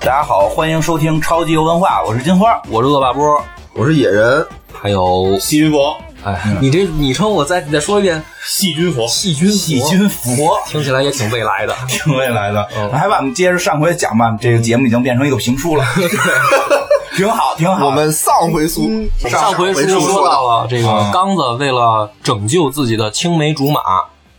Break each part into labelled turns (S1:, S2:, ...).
S1: 大家好，欢迎收听超级游文化，我是金花，
S2: 我是恶霸波，
S3: 我是野人，
S2: 还有，
S4: 细菌佛，
S2: 哎，你这昵称我再你再说一遍，
S4: 细菌佛，
S2: 细菌
S1: 细菌 佛，
S2: 听起来也挺未来的。
S1: 挺
S4: 嗯
S1: 未来的。还把我们接着上回讲吧，这个节目已经变成一个评 书了， 挺好，挺好。
S3: 我们上回书
S2: 上回
S3: 书
S2: 书说到
S3: 到
S2: 了这个刚子为了拯救自己的青梅竹马，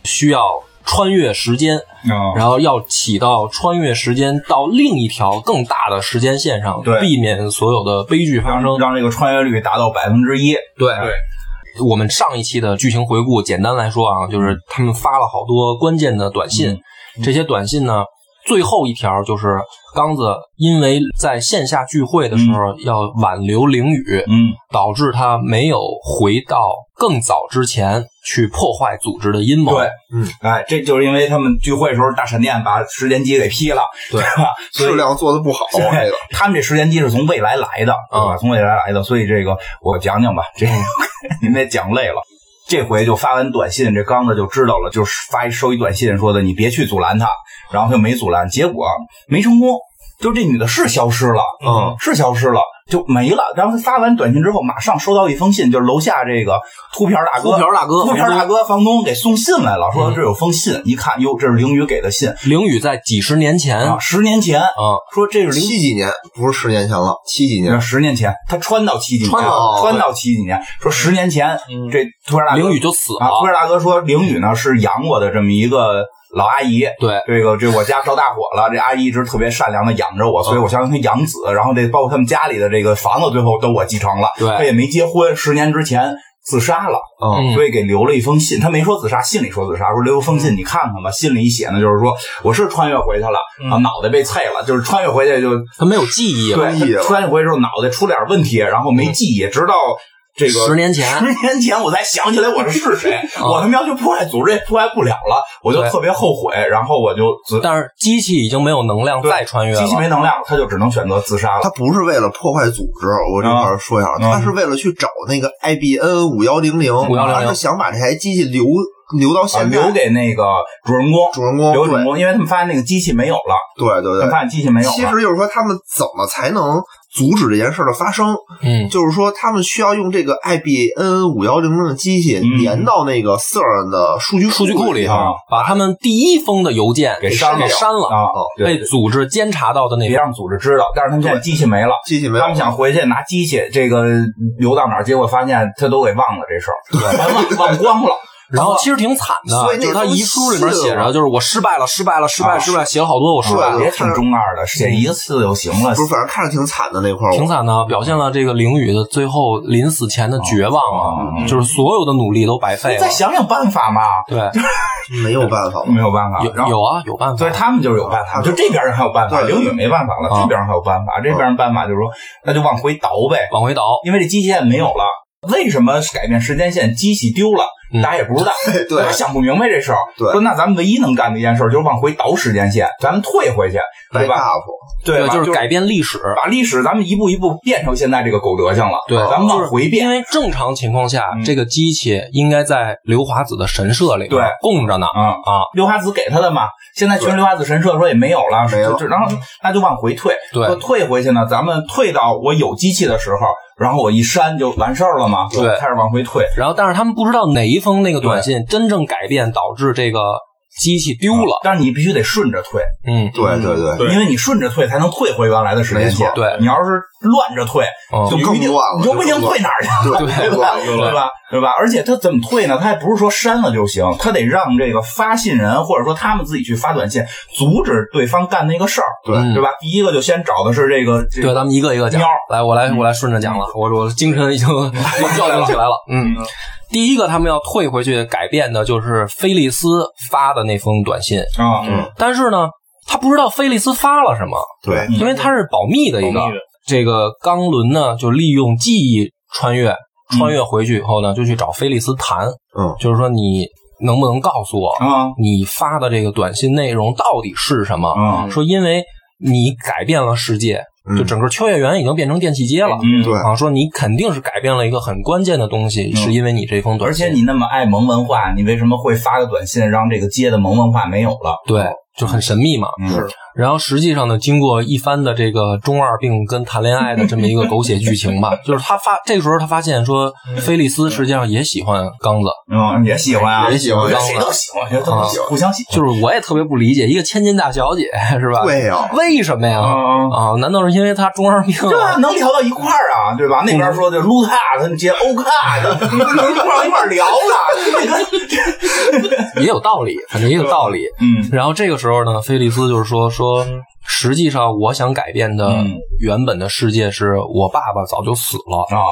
S2: 需要穿越时间，
S1: 嗯
S2: 然后要起到穿越时间到另一条更大的时间线上，
S1: 对
S2: 避免所有的悲剧发
S1: 让
S2: 生。
S1: 让这个穿越率达到百分之一，
S2: 对我们上一期的剧情回顾，简单来说啊，就是他们发了好多关键的短信，
S1: 嗯
S2: 这些短信呢，最后一条就是刚子因为在线下聚会的时候要挽留凌雨，
S1: 嗯，
S2: 导致他没有回到更早之前去破坏组织的阴谋。
S1: 对，嗯，哎，这就是因为他们聚会的时候大闪电把时间机给劈了，
S2: 对
S1: 吧？所以
S3: 质量做的不好，这
S1: 对
S3: 个，
S1: 他们这时间机是从未来来的，对吧？
S2: 嗯
S1: 从未来来的，所以这个我讲讲吧，这个 您得讲累了。这回就发完短信，这刚子就知道了，就是发一收一短信说的你别去阻拦他，然后他就没阻拦，结果没成功，就这女的是消失了，
S2: 嗯，
S1: 是消失了。就没了。然后他发完短信之后，马上收到一封信，就是楼下这个秃瓢大哥，
S2: 秃瓢大哥嗯
S1: 秃瓢大哥房东给送信来了，说这有封信，一看哟，这是凌宇给的信
S2: 凌雨在几十年前
S1: 啊，
S2: 啊、
S1: 十年前，说这是凌嗯
S3: 七几年不是十年前了，七几
S1: 你说
S3: 年
S1: 十年前，他穿到七几年，
S3: 穿到
S1: 穿到七几年，说十年前、这突然大哥
S2: 凌雨就死了。
S1: 啊，突然大哥说凌雨呢是养我的这么一个老阿姨。
S2: 对，
S1: 这个这我家着大火了，这阿姨一直特别善良的养着我，所以我相信她养子，然后这包括他们家里的这个房子，最后都我继承了。
S2: 对
S1: 她也没结婚，十年之前自杀了，
S2: 嗯
S1: 所以给留了一封信。她没说自杀，信里说自杀，说留封信你看看吧。信里一写呢，就是说我是穿越回去了，啊，脑袋被碎了，就是穿越回去就
S2: 他没有记忆了。
S3: 记忆
S1: 对，
S3: 了
S1: 穿越回之后脑袋出点问题，然后没记忆，直到这个
S2: 十年前
S1: 十年前我才想起来我是谁，我他妈要去破坏组织也破坏不了了，我就
S2: 对
S1: 特别后悔，然后我就自
S2: 但是机器已经没有能量再穿越了。
S1: 机器没能量，他就只能选择自杀
S3: 他
S1: 了。
S3: 不是为了破坏组织，我这块儿说一下，
S1: 嗯
S3: 他是为了去找那个 IBN 五幺零零，
S2: 5100
S3: 他想把这台机器留留到
S1: 啊，
S3: 现在，
S1: 留给那个主人公，
S3: 主人公，
S1: 留主人
S3: 对
S1: 公，因为他们发现那个机器没有了，
S3: 对对
S1: 他们
S3: 对。
S1: 发现机器没有
S3: 其
S1: 了，
S3: 实就是说，他们怎么才能阻止这件事儿的发生？
S2: 嗯，
S3: 就是说，他们需要用这个 IBN 五幺零零的机器
S1: 嗯
S3: 连到那个 CERN 的数据
S2: 数据库里
S3: 头
S1: 啊
S2: 把他们第一封的邮件
S1: 给
S2: 删
S1: 删了
S2: 删了，
S1: 啊，
S2: 哦被
S1: 对，
S2: 组织监察到的那
S1: 别
S2: 封。
S1: 让组织知道，但是他们现在机器没了。
S3: 机器没有
S1: 他们想回去拿机器，这个留到哪儿？结果发现他都给忘了这事儿，忘忘光了。
S2: 然后其实挺惨
S3: 所
S2: 的，
S3: 以
S2: 就
S3: 那
S2: 是他
S3: 封
S2: 遗书里面
S3: 信
S2: 写着，就是我失败了，失败了，失败了，
S1: 啊
S2: 失败了，写了好多我失败了，
S3: 对嗯
S1: 也挺中二的，写一次就行了
S3: 不。是，反正看着挺惨的那块儿，
S2: 挺惨的，表现了这个凌雨的最后临死前的绝望
S1: 嗯
S2: 啊，就是所有的努力都白费了
S1: 再。想想办法嘛，
S2: 对，
S3: 没有办法了。
S1: 没有办法。
S2: 有
S1: 然后，
S2: 有啊，有办法
S1: 所以。他们就是有办法，就这边人还有办法，
S3: 对
S1: 凌雨没办法了，
S2: 啊
S1: 这边人还有办法，这边人办法就是说，那就往回倒呗，
S2: 往回倒，
S1: 因为这机器线没有了。为什么改变时间线机器丢了
S2: 嗯？
S1: 大家也不知道，
S3: 对
S1: 大家想不明白这事儿。
S3: 对
S1: 说那咱们唯一能干的一件事就是往回倒时间线，咱们退回去，对
S3: 白
S1: 吧？
S3: 大夫，
S1: 对吧，
S2: 就是改变历史。
S1: 把历史咱们一步一步变成现在这个狗德行了。
S2: 对
S1: 咱们
S2: 就
S1: 往
S2: 是
S1: 回
S2: 因
S1: 变
S2: 为正常情况下，
S1: 嗯
S2: 这个机器应该在刘华子的神社里面
S1: 对
S2: 供着呢
S1: 啊。
S2: 啊，
S1: 刘华子给他的嘛，现在全刘华子神社说也没有了，
S3: 没了嗯
S1: 就就然后那就往回退，
S2: 对
S1: 说退回去呢，咱们退到我有机器的时候，然后我一删就完事儿了嘛，
S2: 对
S1: 就开始往回退，
S2: 然后，但是他们不知道哪一封那个短信真正改变导致这个机器丢了。
S1: 但是你必须得顺着退，
S2: 嗯，
S3: 对对对，
S4: 对
S1: 因为你顺着退才能退回原来的时间线
S3: 没，错哦
S2: 对
S1: 你要是乱着退，
S2: 嗯
S1: 就
S3: 就
S1: 不一定
S3: 更乱了
S1: 你就不一定
S3: 就更乱
S1: 退哪儿去了。
S3: 对
S1: 对吧？ 对吧？对吧？而且他怎么退呢？他还不是说删了就行，他得让这个发信人或者说他们自己去发短信，阻止对方干那个事儿，
S3: 对
S1: 对吧？嗯第一个就先找的是这个，这
S2: 对，咱们一个一个讲
S1: 喵。
S2: 来，我来，我来顺着讲了，我我精神已经调动起来了。嗯，第一个他们要退回去改变的就是菲利斯发的那封短信，
S1: 啊，
S3: 嗯
S2: 但是呢，他不知道菲利斯发了什么，
S1: 嗯
S3: 对，
S2: 因为它是保密的一个
S4: 保密的。
S2: 这个钢轮呢，就利用记忆穿越，穿越回去以后呢，就去找菲利斯谈，
S3: 嗯，
S2: 就是说你能不能告诉我，
S1: 啊
S2: 你发的这个短信内容到底是什么？
S1: 啊
S2: 说因为你改变了世界，就整个秋叶原已经变成电器街了。
S1: 嗯，
S3: 对
S2: 啊，说你肯定是改变了一个很关键的东西，是因为你这封短
S1: 而
S2: 信，
S1: 且你那么爱萌文化，你为什么会发个短信让这个街的萌文化没有了？
S2: 对，就很神秘嘛。
S1: 嗯
S3: 是
S2: 然后实际上呢，经过一番的这个中二病跟谈恋爱的这么一个狗血剧 情吧，就是他发这个时候他发现说，菲利斯实际上也喜欢刚子，
S1: 嗯，也喜欢啊，
S3: 也喜欢啊
S1: 我觉得
S2: 当
S1: 谁
S2: 然
S1: 都喜欢，谁都喜欢，互相喜欢。
S2: 就是我也特别不理解，一个千金大小姐是吧？
S3: 对呀
S2: 为什么呀？
S1: 嗯
S2: 啊，难道是因为她中二病啊？
S1: 对啊，能聊到一块儿啊，对吧？那边说的撸卡，他们接欧卡，能坐到一块儿聊了。
S2: 也有道理，反正也有道理。
S1: 嗯
S2: 然后这个时候呢，菲利斯就是说说，实际上我想改变的
S1: 嗯
S2: 原本的世界是我爸爸早就死了，
S1: 啊，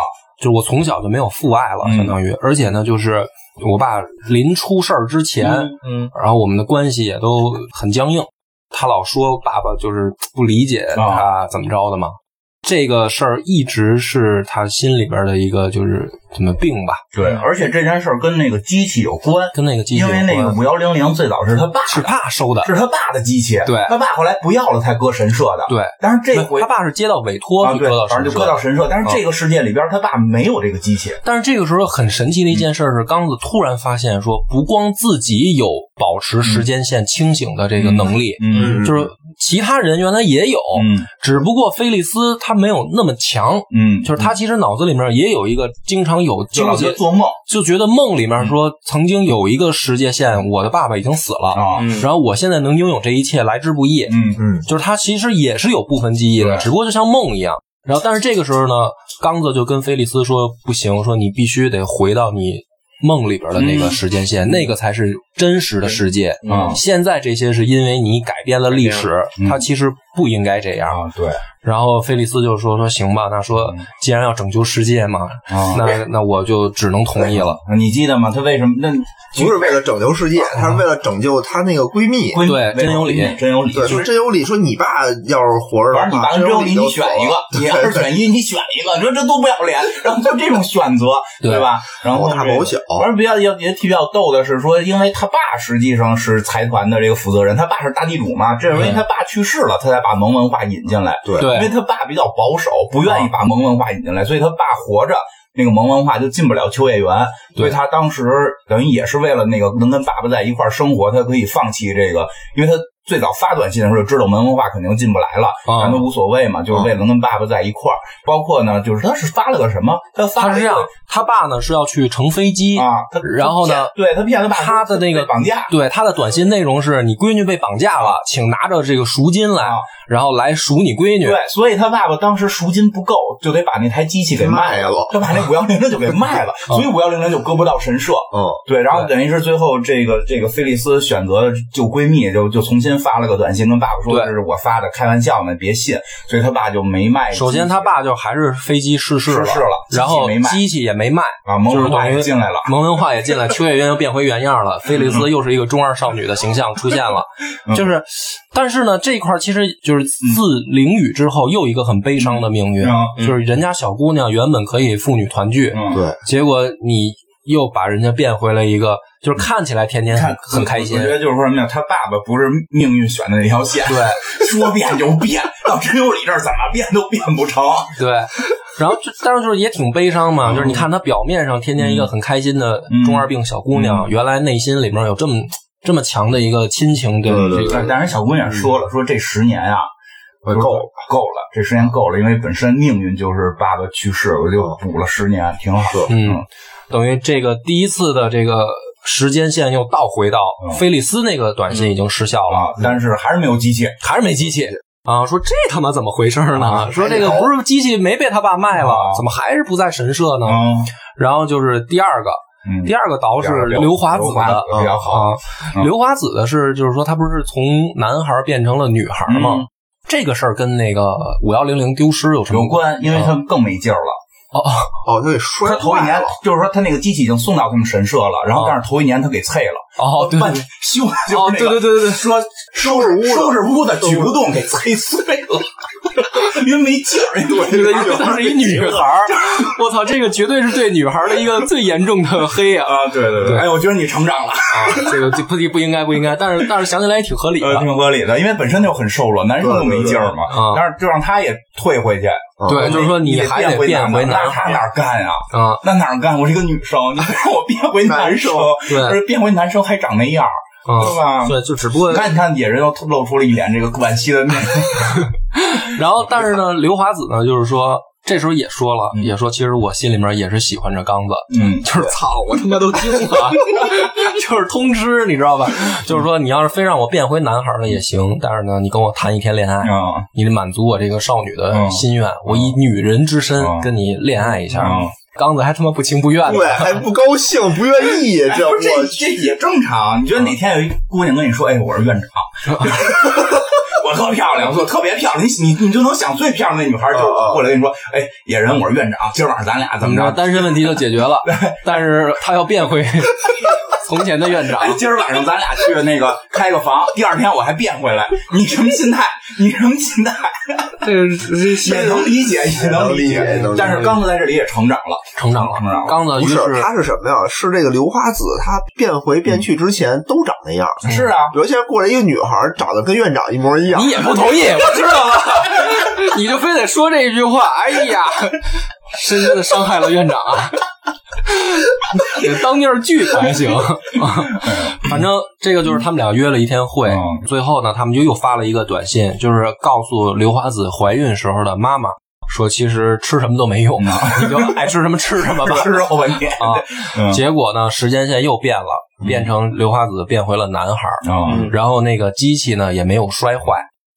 S2: 就我从小就没有父爱了，
S1: 嗯
S2: 相当于，而且呢，就是我爸临出事儿之前，
S1: 嗯
S2: 然后我们的关系也都很僵硬。他老说爸爸就是不理解
S1: 啊
S2: 他怎么着的嘛。这个事儿一直是他心里边的一个就是怎么病吧，
S1: 对，而且这件事儿跟那个机器有关，
S2: 跟那个机
S1: 因
S2: 器有
S1: 为
S2: 关
S1: 那个五幺零零最早是他爸
S2: 是爸收的，
S1: 是他爸的机器，
S2: 对
S1: 他爸后来不要了才搁神社的，。
S2: 对。
S1: 但是这回
S2: 他爸是接到委托
S1: 啊，
S2: 就
S1: 对
S2: 搁到，
S1: 反正
S2: 神
S1: 就搁到
S2: 社，啊
S1: 神社，但是这个世界里边他爸没有这个机器，
S2: 但是这个时候很神奇的一件事是，刚子突然发现说，不光自己有保持时间线清醒的这个能力，
S1: 嗯
S3: 嗯
S2: 就是其他人原来也有，
S1: 嗯
S2: 只不过菲利斯他没有那么强，
S1: 嗯，
S2: 就是他其实脑子里面也有一个经常有
S1: 就
S2: 纠
S1: 老觉
S2: 结
S1: 得，做嗯梦
S2: 就觉得梦里面说曾经有一个世界线，我的爸爸已经死了，
S1: 啊，
S2: 然后我现在能拥有这一切，来之不易。
S1: 嗯
S3: 嗯
S2: 就是他其实也是有部分记忆的，
S1: 对
S2: 只不过就像梦一样。然后，但是这个时候呢，刚子就跟菲利斯说：“不行，说你必须得回到你梦里边的那个时间线，那个才是真实的世界。啊
S1: 嗯
S2: 现在这些是因为你改变了嗯历史，
S1: 嗯
S2: 它其实不应该这样。
S1: 啊，对
S2: 然后菲利斯就说：“说行吧，那说既然要拯救世界嘛，
S1: 啊，
S2: 那那我就只能同意了。
S1: 你记得吗？他为什么那
S3: 不是为了拯救世界，他是为了拯救她那个闺蜜。
S1: 闺蜜
S2: 对真有理
S1: 真有理，
S3: 对，
S1: 就
S3: 说
S1: 是
S3: 真有理，说你爸要是活着的话，
S1: 反正你完了之后，你你
S3: 就
S1: 选
S3: 走了
S1: 一个，你要是选一，你选一个，这这多不要脸，然后就这种选择，
S2: 对
S1: 对吧？然后
S3: 好大
S1: 这个
S3: 好小
S1: 反正比较也也比较逗的是说，因为他爸实际上是财团的这个负责人，他爸是大地主嘛，这是因为
S2: 对
S1: 他爸去世了，他才把蒙文化引进来。
S3: 对
S1: 因为
S2: 对，啊
S1: 他爸比较保守，不愿意把蒙文化引进来，所以他爸活着。那个蒙文化就进不了秋叶原，
S2: 对
S1: 所以他当时等于也是为了那个能跟爸爸在一块儿生活，他可以放弃这个，因为他最早发短信的时候就知道蒙文化肯定进不来了，
S2: 啊
S1: 但他无所谓嘛，就是为了能跟爸爸在一块儿。包括呢，就是他是发了个什么？他发
S2: 他
S1: 了
S2: 是
S1: 一
S2: 这
S1: 个
S2: 样，他爸呢是要去乘飞机
S1: 啊，他
S2: 然后呢
S1: 他骗对他骗他爸
S2: 他的那个
S1: 被绑架，
S2: 对，他的短信内容是你闺女被绑架了，请拿着这个赎金来，
S1: 啊
S2: 然后来赎你闺女
S1: 对。，所以他爸爸当时赎金不够，就得把那台机器给卖
S3: 卖了
S1: 他把那五幺零零 就给卖了，
S2: 嗯
S1: 所以五幺零零就搁不到神社。
S3: 嗯，
S1: 对，然后等于是最后这个这个菲利斯选择救闺蜜，就就重新发了个短信跟爸爸说
S2: 对
S1: 这是我发的，开玩笑呢，别信。所以他爸就没卖。
S2: 首先，他爸就还是飞机失事了，
S1: 失事了
S2: 然
S1: 机器
S2: 后
S1: 没卖
S2: 机器也没卖，
S1: 啊，蒙
S2: 就是
S1: 古化
S2: 等于
S1: 也进来了，
S2: 蒙文化也进来，秋叶原又变回原样了，菲利
S1: 嗯
S2: 斯又是一个中二少女的形象出现了。就是，但是呢，这一块儿其实就是自淋雨之后又一个很悲伤的命运，
S1: 嗯
S2: 就是人家小姑娘原本可以父女团聚，
S1: 嗯，
S3: 对，
S2: 结果你又把人家变回了一个，就是看起来天天很
S1: 看
S2: 很开心
S1: 我觉，得就是说什么呀？他爸爸不是命运选的那条线，对，说变就变，到真有理这儿怎么变都变不成。
S2: 对，然后就但是就是也挺悲伤嘛，就是你看她表面上天天一个很开心的
S1: 嗯
S2: 中二病小姑娘，原来内心里面有这么这么强的一个亲情，对
S3: 对对
S1: 嗯
S2: 这个嗯呃
S1: 但但是小姑娘说了，说这十年啊，
S3: 哎够了，
S1: 够了，这十年够了，因为本身命运就是爸爸去世，我就补了十年，挺好。
S2: 嗯，等于这个第一次的这个时间线又倒回到
S1: 嗯
S2: 菲利斯那个短信已经失效了，
S1: 啊，但是还是没有机器。
S2: 还是没机器。啊，说这他妈怎么回事呢？
S1: 啊
S2: 说这个不是机器没被他爸卖了
S1: 啊，
S2: 怎么还是不在神社呢？
S1: 嗯
S2: 然后就是第二个，
S1: 嗯，
S2: 第二个岛
S1: 第
S2: 是
S1: 二个
S2: 刘华子
S1: 刘华子
S2: 的
S1: 比较好
S2: 啊
S1: 嗯，
S2: 刘华子的是就是说他不是从男孩变成了女孩吗
S1: 嗯？
S2: 这个事儿跟那个五幺零零丢失有什么
S1: 有关，因为他们更没劲儿了。
S3: 哦，他给
S2: 嗯
S3: 摔
S1: 他头一
S3: 坏
S1: 年
S3: 了，
S1: 就是说他那个机器已经送到他们神社了，然后
S2: 啊
S1: 但是头一年他给碎了。
S2: 哦， 对
S1: 办
S2: 对
S1: 修的就
S2: 哦
S1: 是那个
S2: 对对对对对 嗯
S1: 说收拾屋收拾屋的举不动给碎碎了。因为没劲儿，因 为
S2: 因为她是一女孩 儿，我操，这个绝对是对女孩儿的一个最严重的黑啊！
S1: 啊，对对对，哎，我觉得你成长了，
S2: 啊，这个不不应该不应该，但是但是想起来也挺合理
S1: 呃，
S2: 的，
S1: 挺合理的，因为本身就很瘦弱，男生就没劲儿嘛
S2: 对对对啊，
S1: 但是就让他也退回去，
S2: 对，就是说
S1: 你
S2: 你还得
S1: 嗯回
S2: 变回
S1: 男
S2: 男
S1: 孩
S2: 孩
S1: 儿，那他
S2: 儿
S1: 哪儿干啊？
S2: 啊，
S1: 那哪儿干？我是一个女生， 你让我变 回男生，
S2: 对
S1: 而且变回男生还长那样儿，对
S2: 嗯，
S1: 吧？
S2: 对，就只不过
S1: 你看，你看，野人又露出了一脸这个惋惜的面。
S2: 然后，但是呢，刘华子呢，就是说，这时候也说了，也说，其实我心里面也是喜欢着刚子，
S1: 嗯，
S2: 就是操，我他妈都惊了， 就是通吃，你知道吧？就是说，你要是非让我变回男孩了也行，但是呢，你跟我谈一天恋爱，
S1: 啊，
S2: 你得满足我这个少女的
S1: 嗯
S2: 心愿，我以女人之身
S1: 嗯
S2: 跟你恋爱一下
S1: 嗯。
S2: 刚子还他妈不情不愿的，
S3: 对，啊还不高兴，不愿意，这
S1: 哎不是
S3: 我嗯
S1: 这这也正常。你觉得哪天有一姑娘跟你说：“哎，我是院长， 我特漂亮，我特别漂亮。”你你你就能想最漂亮的女孩就
S3: 啊啊
S1: 过来跟你说：“哎，野人，我是院长，今儿晚上咱俩怎
S2: 怎
S1: 么
S2: 么着，
S1: 着？
S2: 单身问题就解决了。但是他要变回从前 的院长
S1: 哎，，今儿晚上咱俩去那 个开个房，第二天我还变回来。你什么心态？你什么心态？
S2: 这个这
S1: 也能理解，也能理
S3: 能理解
S1: 解
S3: 能理。解
S1: 但是刚子在这里也成长了，
S2: 成长了
S1: 成长，了
S2: 刚子于
S3: 不是
S2: 是，
S3: 他是什么呀？是这个刘花子，她变回变去之前都长那样。
S1: 嗯是啊，
S3: 比如现在过来一个女孩，长得跟院长一模一样
S2: 你，也不同意，我知道了， 你就非得说这一句话，哎呀，深深的伤害了院长 啊！得当面拒才行。反正这个就是他们俩约了一天会，
S1: 嗯
S2: 最后呢，他们就又发了一个短信，就是告诉刘华子怀孕时候的妈妈，说其实吃什么都没用，
S1: 嗯
S2: 你就爱吃什么吃什么吧。
S1: 吃肉吧你
S2: 啊
S1: 嗯
S2: 结果呢，时间线又变了，变成刘华子变回了男孩儿，
S1: 啊
S3: 嗯
S2: 然后那个机器呢也没有摔坏，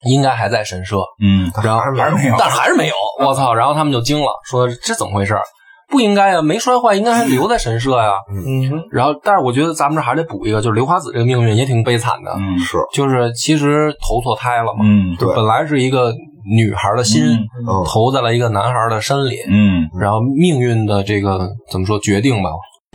S2: 应该还在神社。
S1: 嗯，
S2: 然后
S1: 还是没有嗯
S2: 但是还是没有，我操！然后他们就惊了，说这怎么回事儿？不应该啊，没摔坏，应该还留在神社呀、
S1: 嗯
S2: 然后，但是我觉得咱们这还得补一个，就是刘花子这个命运也挺悲惨的，
S1: 嗯
S3: 是，
S2: 就是其实投错胎了嘛，
S1: 嗯
S3: 对
S2: 本来是一个女孩的心、
S3: 嗯
S2: 投在了一个男孩的身里，
S1: 嗯
S2: 然后命运的这个怎么说决定吧，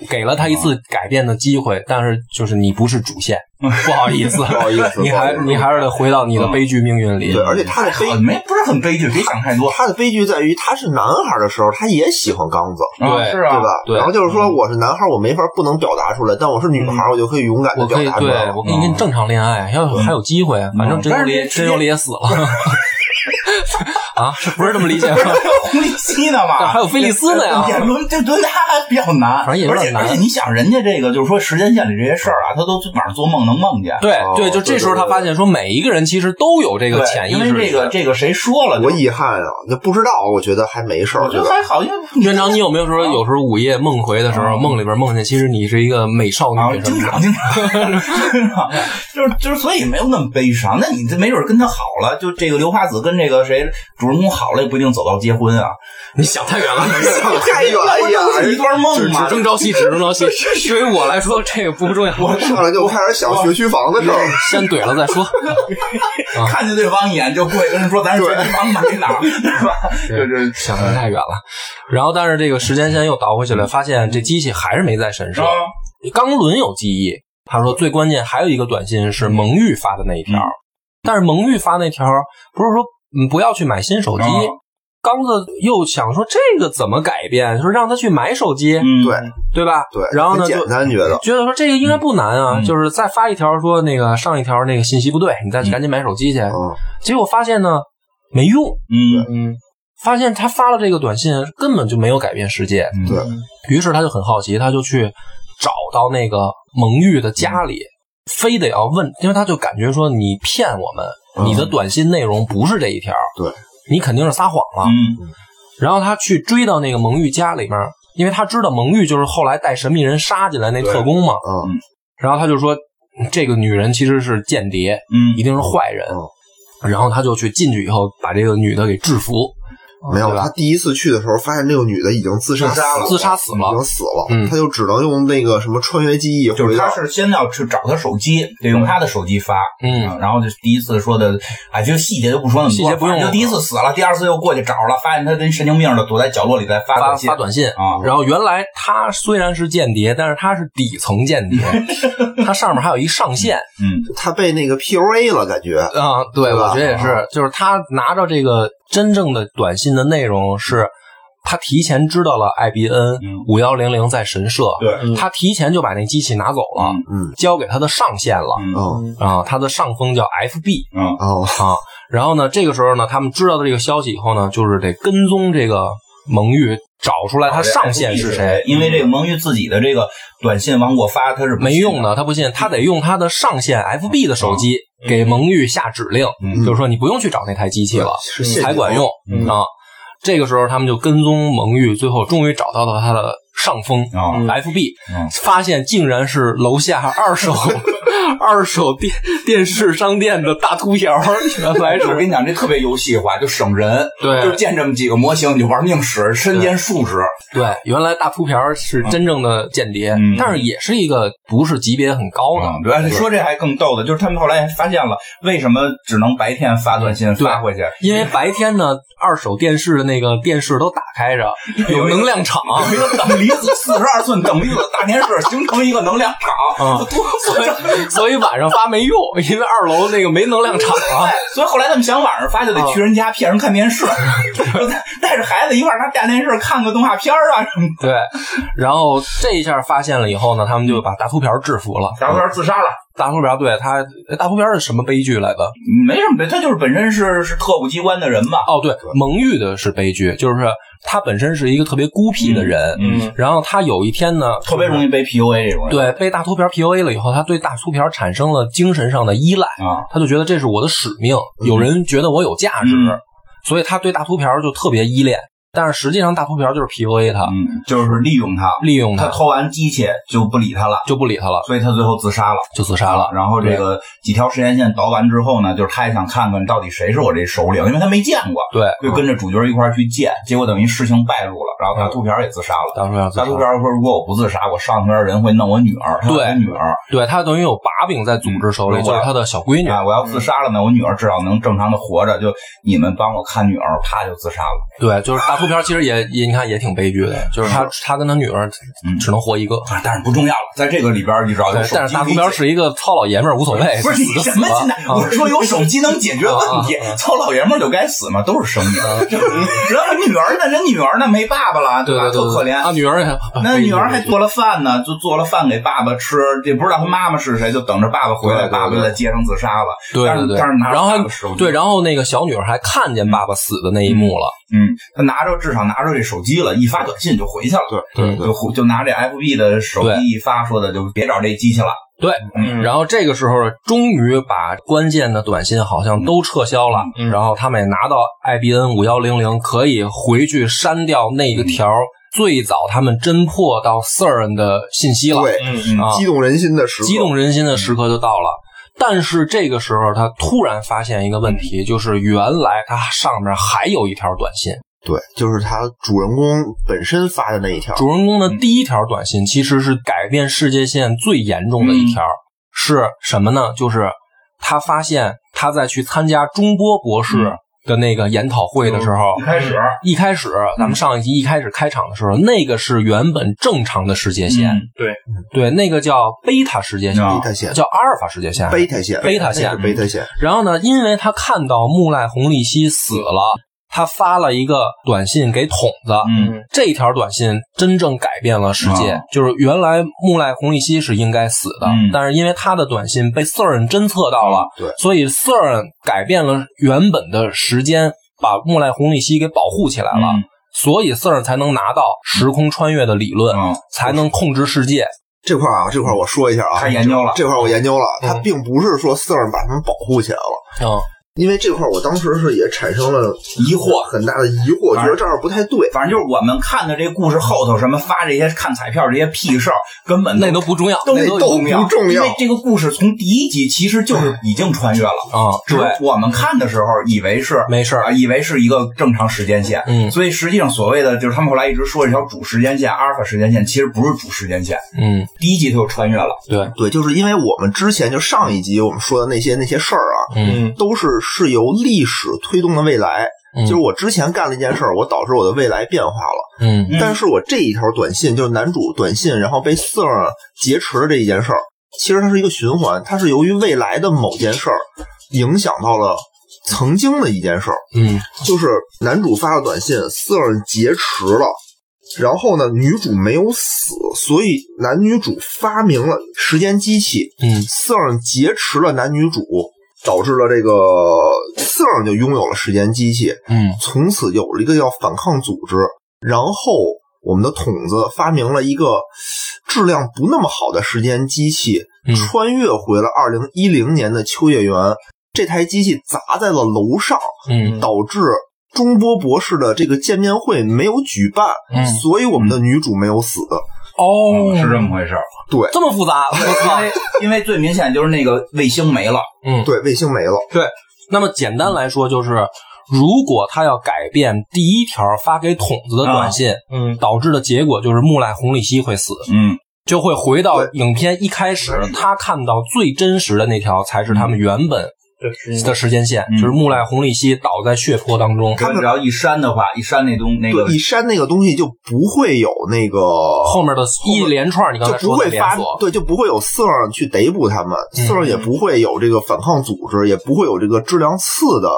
S2: 给了他一
S1: 啊
S2: 次改变的机会，但是就是你不是 主线，不好意思，不
S3: 好意思
S2: 你
S3: 不好
S2: 还
S3: 意思
S2: 你还是得回到你的悲剧命运里。
S3: 对，而且她的悲
S1: 很没不是很悲剧，别想太多。
S3: 她的悲剧在于，她是男孩的时候，她也喜欢刚子，
S1: 啊是
S3: 对
S1: 啊，
S3: 吧？
S2: 对
S3: 然后就是说，我是男孩，我没法不能表达出来，但我是女孩，我就可以勇敢的
S2: 我
S3: 表
S2: 可以
S3: 达出
S2: 对
S3: 来了。
S2: 我可以跟你正常恋爱，要有还有机会，反正真有理
S1: 但是
S2: 真有理也死了 啊，是不是这么理解吗？
S1: 红利期呢嘛，
S2: 还有菲利斯呢呀
S1: 也轮这轮他比较难，
S2: 反正也有
S1: 而
S2: 点
S1: 且
S2: 难
S1: 而且你想，人家这个就是说时间线里这些事儿啊，他都晚上做梦能梦见。
S2: 对
S3: 哦
S2: 对，就
S3: 对
S2: 这时候
S3: 对
S2: 他
S3: 对
S2: 发现说，每一个人其实都有这
S1: 对
S2: 个潜意
S1: 因
S2: 识
S1: 为
S2: 里
S1: 这个
S2: 的。
S1: 这个谁说了就？
S3: 我遗憾啊，那不知道，我觉得还没事儿，
S1: 我觉
S3: 这
S1: 得
S3: 个
S1: 还好，因为
S2: 院长，你有没有说有时候午夜梦回的时候，
S1: 嗯
S2: 梦里边梦见其实你是一个美少
S1: 啊，
S2: 女什
S1: 经
S2: 么的？
S1: 常经常经常，就是就是，所以没有那么悲伤。那你这没准跟他好了，就这个刘花子跟这个谁主人公好了，也不一定走到结婚啊。
S2: 你想太远 了，
S3: 太远
S2: 哎
S3: 了
S1: 不都是一
S3: 呀！
S1: 段梦
S2: 只
S1: 吗？
S2: 争朝夕，只争朝夕。对于我来说，这个不重要，我
S3: 上来就开始想学区房的事儿，
S2: 先怼了再说。
S1: 看见对方一眼就过去跟人说，咱是对方买哪儿，对吧？
S2: 对
S1: 就是
S2: 想的太远了。然后，但是这个时间线又倒回去了，发现这机器还是没在神社。
S1: 啊，
S2: 刚伦有记忆，他说最关键还有一个短信是蒙玉发的那一条，
S1: 嗯
S2: 但是蒙玉发那条不是说嗯不要去买新手机。
S1: 哦
S2: 刚子又想说这个怎么改变，说让他去买手机，
S1: 嗯，
S3: 对
S2: 对吧？
S3: 对，
S2: 然后呢
S3: 很
S2: 就
S3: 简单觉得，
S2: 觉得说这个应该不难啊，
S1: 嗯
S2: 就是再发一条说那个上一条那个信息不对，你再赶紧买手机去。
S3: 嗯，
S2: 结果发现呢没用，
S1: 嗯，
S2: 嗯，发现他发了这个短信根本就没有改变世界，
S1: 嗯
S3: 对，
S2: 于是他就很好奇，他就去找到那个蒙玉的家里，
S1: 嗯
S2: 非得要问，因为他就感觉说你骗我们，
S3: 嗯
S2: 你的短信内容不是这一条，
S3: 对，
S2: 你肯定是撒谎了。
S1: 嗯
S2: 然后他去追到那个蒙玉家里面，因为他知道蒙玉就是后来带神秘人杀进来那特工嘛，
S3: 嗯，
S2: 然后他就说这个女人其实是间谍，
S1: 嗯
S2: 一定是坏人。
S3: 嗯
S2: 然后他就去进去以后，把这个女的给制服。
S3: 没有，
S2: 对吧
S3: 他第一次去的时候发现这个女的已经自杀
S1: 自杀了
S2: 自杀死
S3: 已
S2: 了
S3: 经，死了，
S2: 嗯
S3: 他就只能用那个什么穿越记忆
S1: 就
S3: 回
S1: 是
S3: 到
S1: 他是先要去找他手机，得用他的手机发，
S2: 嗯，
S1: 然后就第一次说的，哎，就细节就不说那么多，
S2: 细节不用
S1: 反正就第一次死了，第二次又过去找了，发现他跟神经病似的躲在角落里在发
S2: 发
S1: 短信
S2: 发短信。
S1: 啊，
S2: 然后原来他虽然是间谍，但是他是底层间 谍，他上面还有一上线
S1: 嗯，
S3: 他被那个 PUA 了，感觉
S2: 啊、对，啊
S3: 对吧
S2: 我觉得也是，就是他拿着这个真正的短信的内容是。他提前知道了艾比恩
S1: 嗯
S2: 五幺零零在神社，
S1: 对，
S3: 嗯
S2: 他提前就把那机器拿走了，
S1: 嗯
S3: 嗯
S2: 交给他的上线了
S1: 嗯
S3: 哦
S2: 啊、他的上峰叫 FB，
S1: 嗯
S3: 哦
S2: 啊。然后呢，这个时候呢，他们知道的这个消息以后呢，就是得跟踪这个蒙玉，找出来他
S1: 哎
S2: 上线是谁。？嗯
S1: 因为这个蒙玉自己的这个短信往过发，他是不
S2: 没
S1: 信
S2: 用的，他不信，他得用他的上线 FB 的手机给蒙玉下指令，
S1: 嗯
S2: 就是说你不用去找那台机器了，
S3: 是陷阱
S2: 才管用
S1: 嗯
S2: 啊。这个时候他们就跟踪蒙玉，最后终于找到了他的上峰
S1: 啊
S2: FB，
S1: 嗯
S2: 发现竟然是楼下二手 二手电电视商店的大秃瓢，原来
S1: 我
S2: 是
S1: 跟你讲，这特别游戏化，就省人。
S2: 对
S1: 就见这么几个模型，你就玩命使，身兼数职。
S2: 对，原来大秃瓢儿是真正的间谍，
S1: 嗯
S2: 但是也是一个不是级别很高的。
S1: 嗯，对，说这还更逗的，就是他们后来发现了，为什么只能白天发短信
S2: 对
S1: 发回去？
S2: 因为白天呢，二手电视的那个电视都打开着，有能量场，
S1: 一个等离子四十二寸等离子大电视形成一个能量场，
S2: 啊，所以所以晚上发没用，因为二楼那个没能量场啊。
S1: 所以后来他们想晚上发就得去人家骗人看电 视，就带带着孩子一块儿拿大电视看个动画片儿啊什么的。
S2: 对，然后这一下发现了以后呢，他们就把大秃瓢儿制服了。
S1: 小孩自杀了，
S2: 大秃瓢儿对他，哎大秃瓢儿是什么悲剧来的？
S1: 嗯没什么别，他就是本身是是特务机关的人嘛。
S2: 哦，对，蒙玉的是悲剧，就是他本身是一个特别孤僻的人，
S1: 嗯，
S2: 然后他有一天呢，
S1: 特别容易被 PUA 这种人。
S2: 对，被大秃瓢 PUA 了以后，他对大秃瓢产生了精神上的依赖，
S1: 啊，
S2: 他就觉得这是我的使命，有人觉得我有价值，
S1: 嗯
S2: 所以他对大秃瓢就特别依恋。但是实际上，大秃瓢就是 PUA 他，
S1: 嗯，就是利用他，
S2: 利用
S1: 他
S2: 他，
S1: 偷完机器就不理他了，
S2: 就不理他了，
S1: 所以他最后自杀了。
S2: 就自杀了。
S1: 然后这个几条时间线倒完之后呢，就是他也想看看到底谁是我这首领，因为他没见过，
S2: 对，
S1: 就跟着主角一块儿去见，结果等于事情败露了，然后大秃瓢也自杀了。
S2: 大秃瓢自
S1: 大
S2: 杀
S1: 秃，瓢说：“如果我不自杀，我上边人会弄我女儿，他
S2: 对
S1: 我女儿，
S2: 对他等于有把柄在组织手里，
S1: 嗯
S2: 就是他的小闺女。
S1: 啊，我要自杀了
S2: 嗯
S1: 呢，我女儿至少能正常的活着，就你们帮我看女儿，啪就自杀了。
S2: 对，就是大秃瓢，其实也也你看也挺悲剧的，就是他他跟他女儿
S1: 嗯
S2: 只能活一个。
S1: 啊但是不重要了，在这个里边儿你知道，有
S2: 对，
S1: 手
S2: 但是
S1: 机
S2: 大
S1: 可
S2: 秃
S1: 以
S2: 瓢
S1: 解
S2: 是一个糙老爷们儿，无所谓，
S1: 不是你
S2: 哎死就
S1: 什
S2: 死
S1: 么
S2: 了
S1: 心态？
S2: 啊
S1: 我是说有手机能解决问题
S2: 啊啊，啊
S1: 糙老爷们儿就该死嘛，都是生命。 然后女儿呢，人女儿呢没爸爸了，
S2: 对
S1: 吧？
S2: 对对，
S1: 特可怜。
S2: 啊，女儿也
S1: 那女儿还做了饭呢，就做了饭给爸爸吃，也不知道他妈妈是谁，就等着爸爸回来，
S3: 对对对
S1: 爸爸就在街上自杀了。
S2: 对
S1: 但
S2: 对
S1: 是
S2: 对，
S1: 但是拿着
S2: 然后
S1: 爸爸手
S2: 还
S1: 机
S2: 对，然后那个小女儿还看见爸爸死的那一幕了，
S1: 嗯，他拿着至少拿着这手机了，一发短信就回去了。
S3: 对对
S2: 嗯
S3: 对
S1: 就回就拿这 FB 的手
S2: 对
S1: 机一发，说的就别找这机器了。
S2: 对。
S1: 嗯
S2: 然后这个时候，终于把关键的短信好像都撤销了，
S3: 嗯
S2: 然后他们也拿到 IBN 五幺零零，可以回去删掉那
S1: 嗯
S2: 个条、最早他们侦破到 CERN 的信息了，
S3: 对，
S1: 嗯
S2: 啊，
S3: 激动人心的时刻，
S2: 激动人心的时刻就到了。但是这个时候，他突然发现一个问题，就是原来他上面还有一条短信，
S3: 对，就是他主人公本身发的那一条，
S2: 主人公的
S1: 嗯
S2: 第一条短信其实是改变世界线最严重
S1: 嗯
S2: 的一条，是什么呢？就是他发现他在去参加中波博士的那个研讨会的时候，
S1: 嗯开始，
S2: 一开始咱们上一集一开始开场的时候，那个是原本正常的世界线，
S1: 嗯
S4: 对，
S2: 对，那个叫贝塔世界线，
S1: 啊
S3: 贝塔线，
S2: 叫阿尔法世界线，
S3: 贝塔线，
S2: 贝塔线
S3: 那是贝塔线，
S2: 然后呢，因为他看到木赖红利希死了，他发了一个短信给筒子。
S1: 嗯
S2: 这条短信真正改变了世界，
S1: 啊
S2: 就是原来木赖红利希是应该死的，
S1: 嗯
S2: 但是因为他的短信被 CERN 侦测到了，
S3: 对
S2: 所以 CERN 改变了原本的时间，把木赖红利希给保护起来了，
S1: 嗯
S2: 所以 CERN 才能拿到时空穿越的理论，
S1: 嗯，
S2: 才能控制世界。
S3: 这块儿啊，这块儿我说一下啊，
S1: 他研究了
S3: 这块儿我研究了，
S2: 嗯
S3: 他并不是说 CERN 把他们保护起来了，
S2: 嗯，
S3: 因为这块儿我当时是也产生了
S1: 疑惑
S3: 很大的疑惑，觉得这儿不太对。
S1: 反正就是我们看的这故事后头什么发这些看彩票这些屁事儿，根本
S2: 嗯那都不重要，
S1: 都
S2: 那
S1: 不
S2: 都
S3: 都
S1: 重要，
S3: 不重
S1: 因
S3: 要
S1: 为这个故事从第一集其实就是已经穿越了。
S2: 啊，
S1: 只是我们看的时候以为是
S2: 没事儿
S1: 啊，以为是一个正常时间线，
S2: 嗯
S1: 所以实际上所谓的就是他们后来一直说这条主时间线、阿尔法时间线，其实不是主时间线。
S2: 嗯，
S1: 第一集它就穿越了，
S2: 对，
S3: 对，就是因为我们之前就上一集我们说的那些那些事儿啊，
S2: 嗯，
S3: 都是是由历史推动的未来。
S2: 嗯
S3: 就是我之前干了一件事儿，我导致我的未来变化了。
S2: 嗯
S1: 嗯
S3: 但是我这一条短信，就是男主短信，然后被 Sir 劫持的这一件事儿，其实它是一个循环，它是由于未来的某件事儿影响到了曾经的一件事儿。
S2: 嗯
S3: 就是男主发了短信，Sir 劫持了，然后呢，女主没有死，所以男女主发明了时间机器
S2: 嗯
S3: ，Sir 劫持了男女主，导致了这个 Sir 就拥有了时间机器，
S2: 嗯
S3: 从此有了一个叫反抗组织，然后我们的筒子发明了一个质量不那么好的时间机器，
S2: 嗯
S3: 穿越回了二零一零年的秋叶原。这台机器砸在了楼上，
S2: 嗯
S3: 导致中波博士的这个见面会没有举办，
S2: 嗯
S3: 所以我们的女主没有死。
S2: 哦，
S1: 嗯是这么回事儿。
S3: 对
S2: 这么复杂，我
S1: 因
S2: 操！
S1: 为因为最明显就是那个卫星没了，
S2: 嗯，
S3: 对，卫星没了。
S2: 对。那么简单来说，就是如果他要改变第一条发给筒子的短信，
S4: 嗯
S2: 导致的结果就是木濑红利希会死，
S1: 嗯，
S2: 就会回到
S3: 对
S2: 影片一开始
S3: 对
S2: 他看到最真实的那条才是他们原本
S4: 对，是因为
S2: 的时间线，
S1: 嗯
S2: 就是木濑红利希倒在血泊当中，
S1: 他们只要一删的话，一删那东那个
S3: 对，一删那个东西就不会有那个
S2: 后面的一连串你刚才
S3: 就不
S2: 说的
S3: 会
S2: 连
S3: 发
S2: 锁，，
S3: 对，就不会有 Sir 去逮捕他们、
S2: 嗯
S3: s i r 也不会有这个反抗组织，也不会有这个质量次的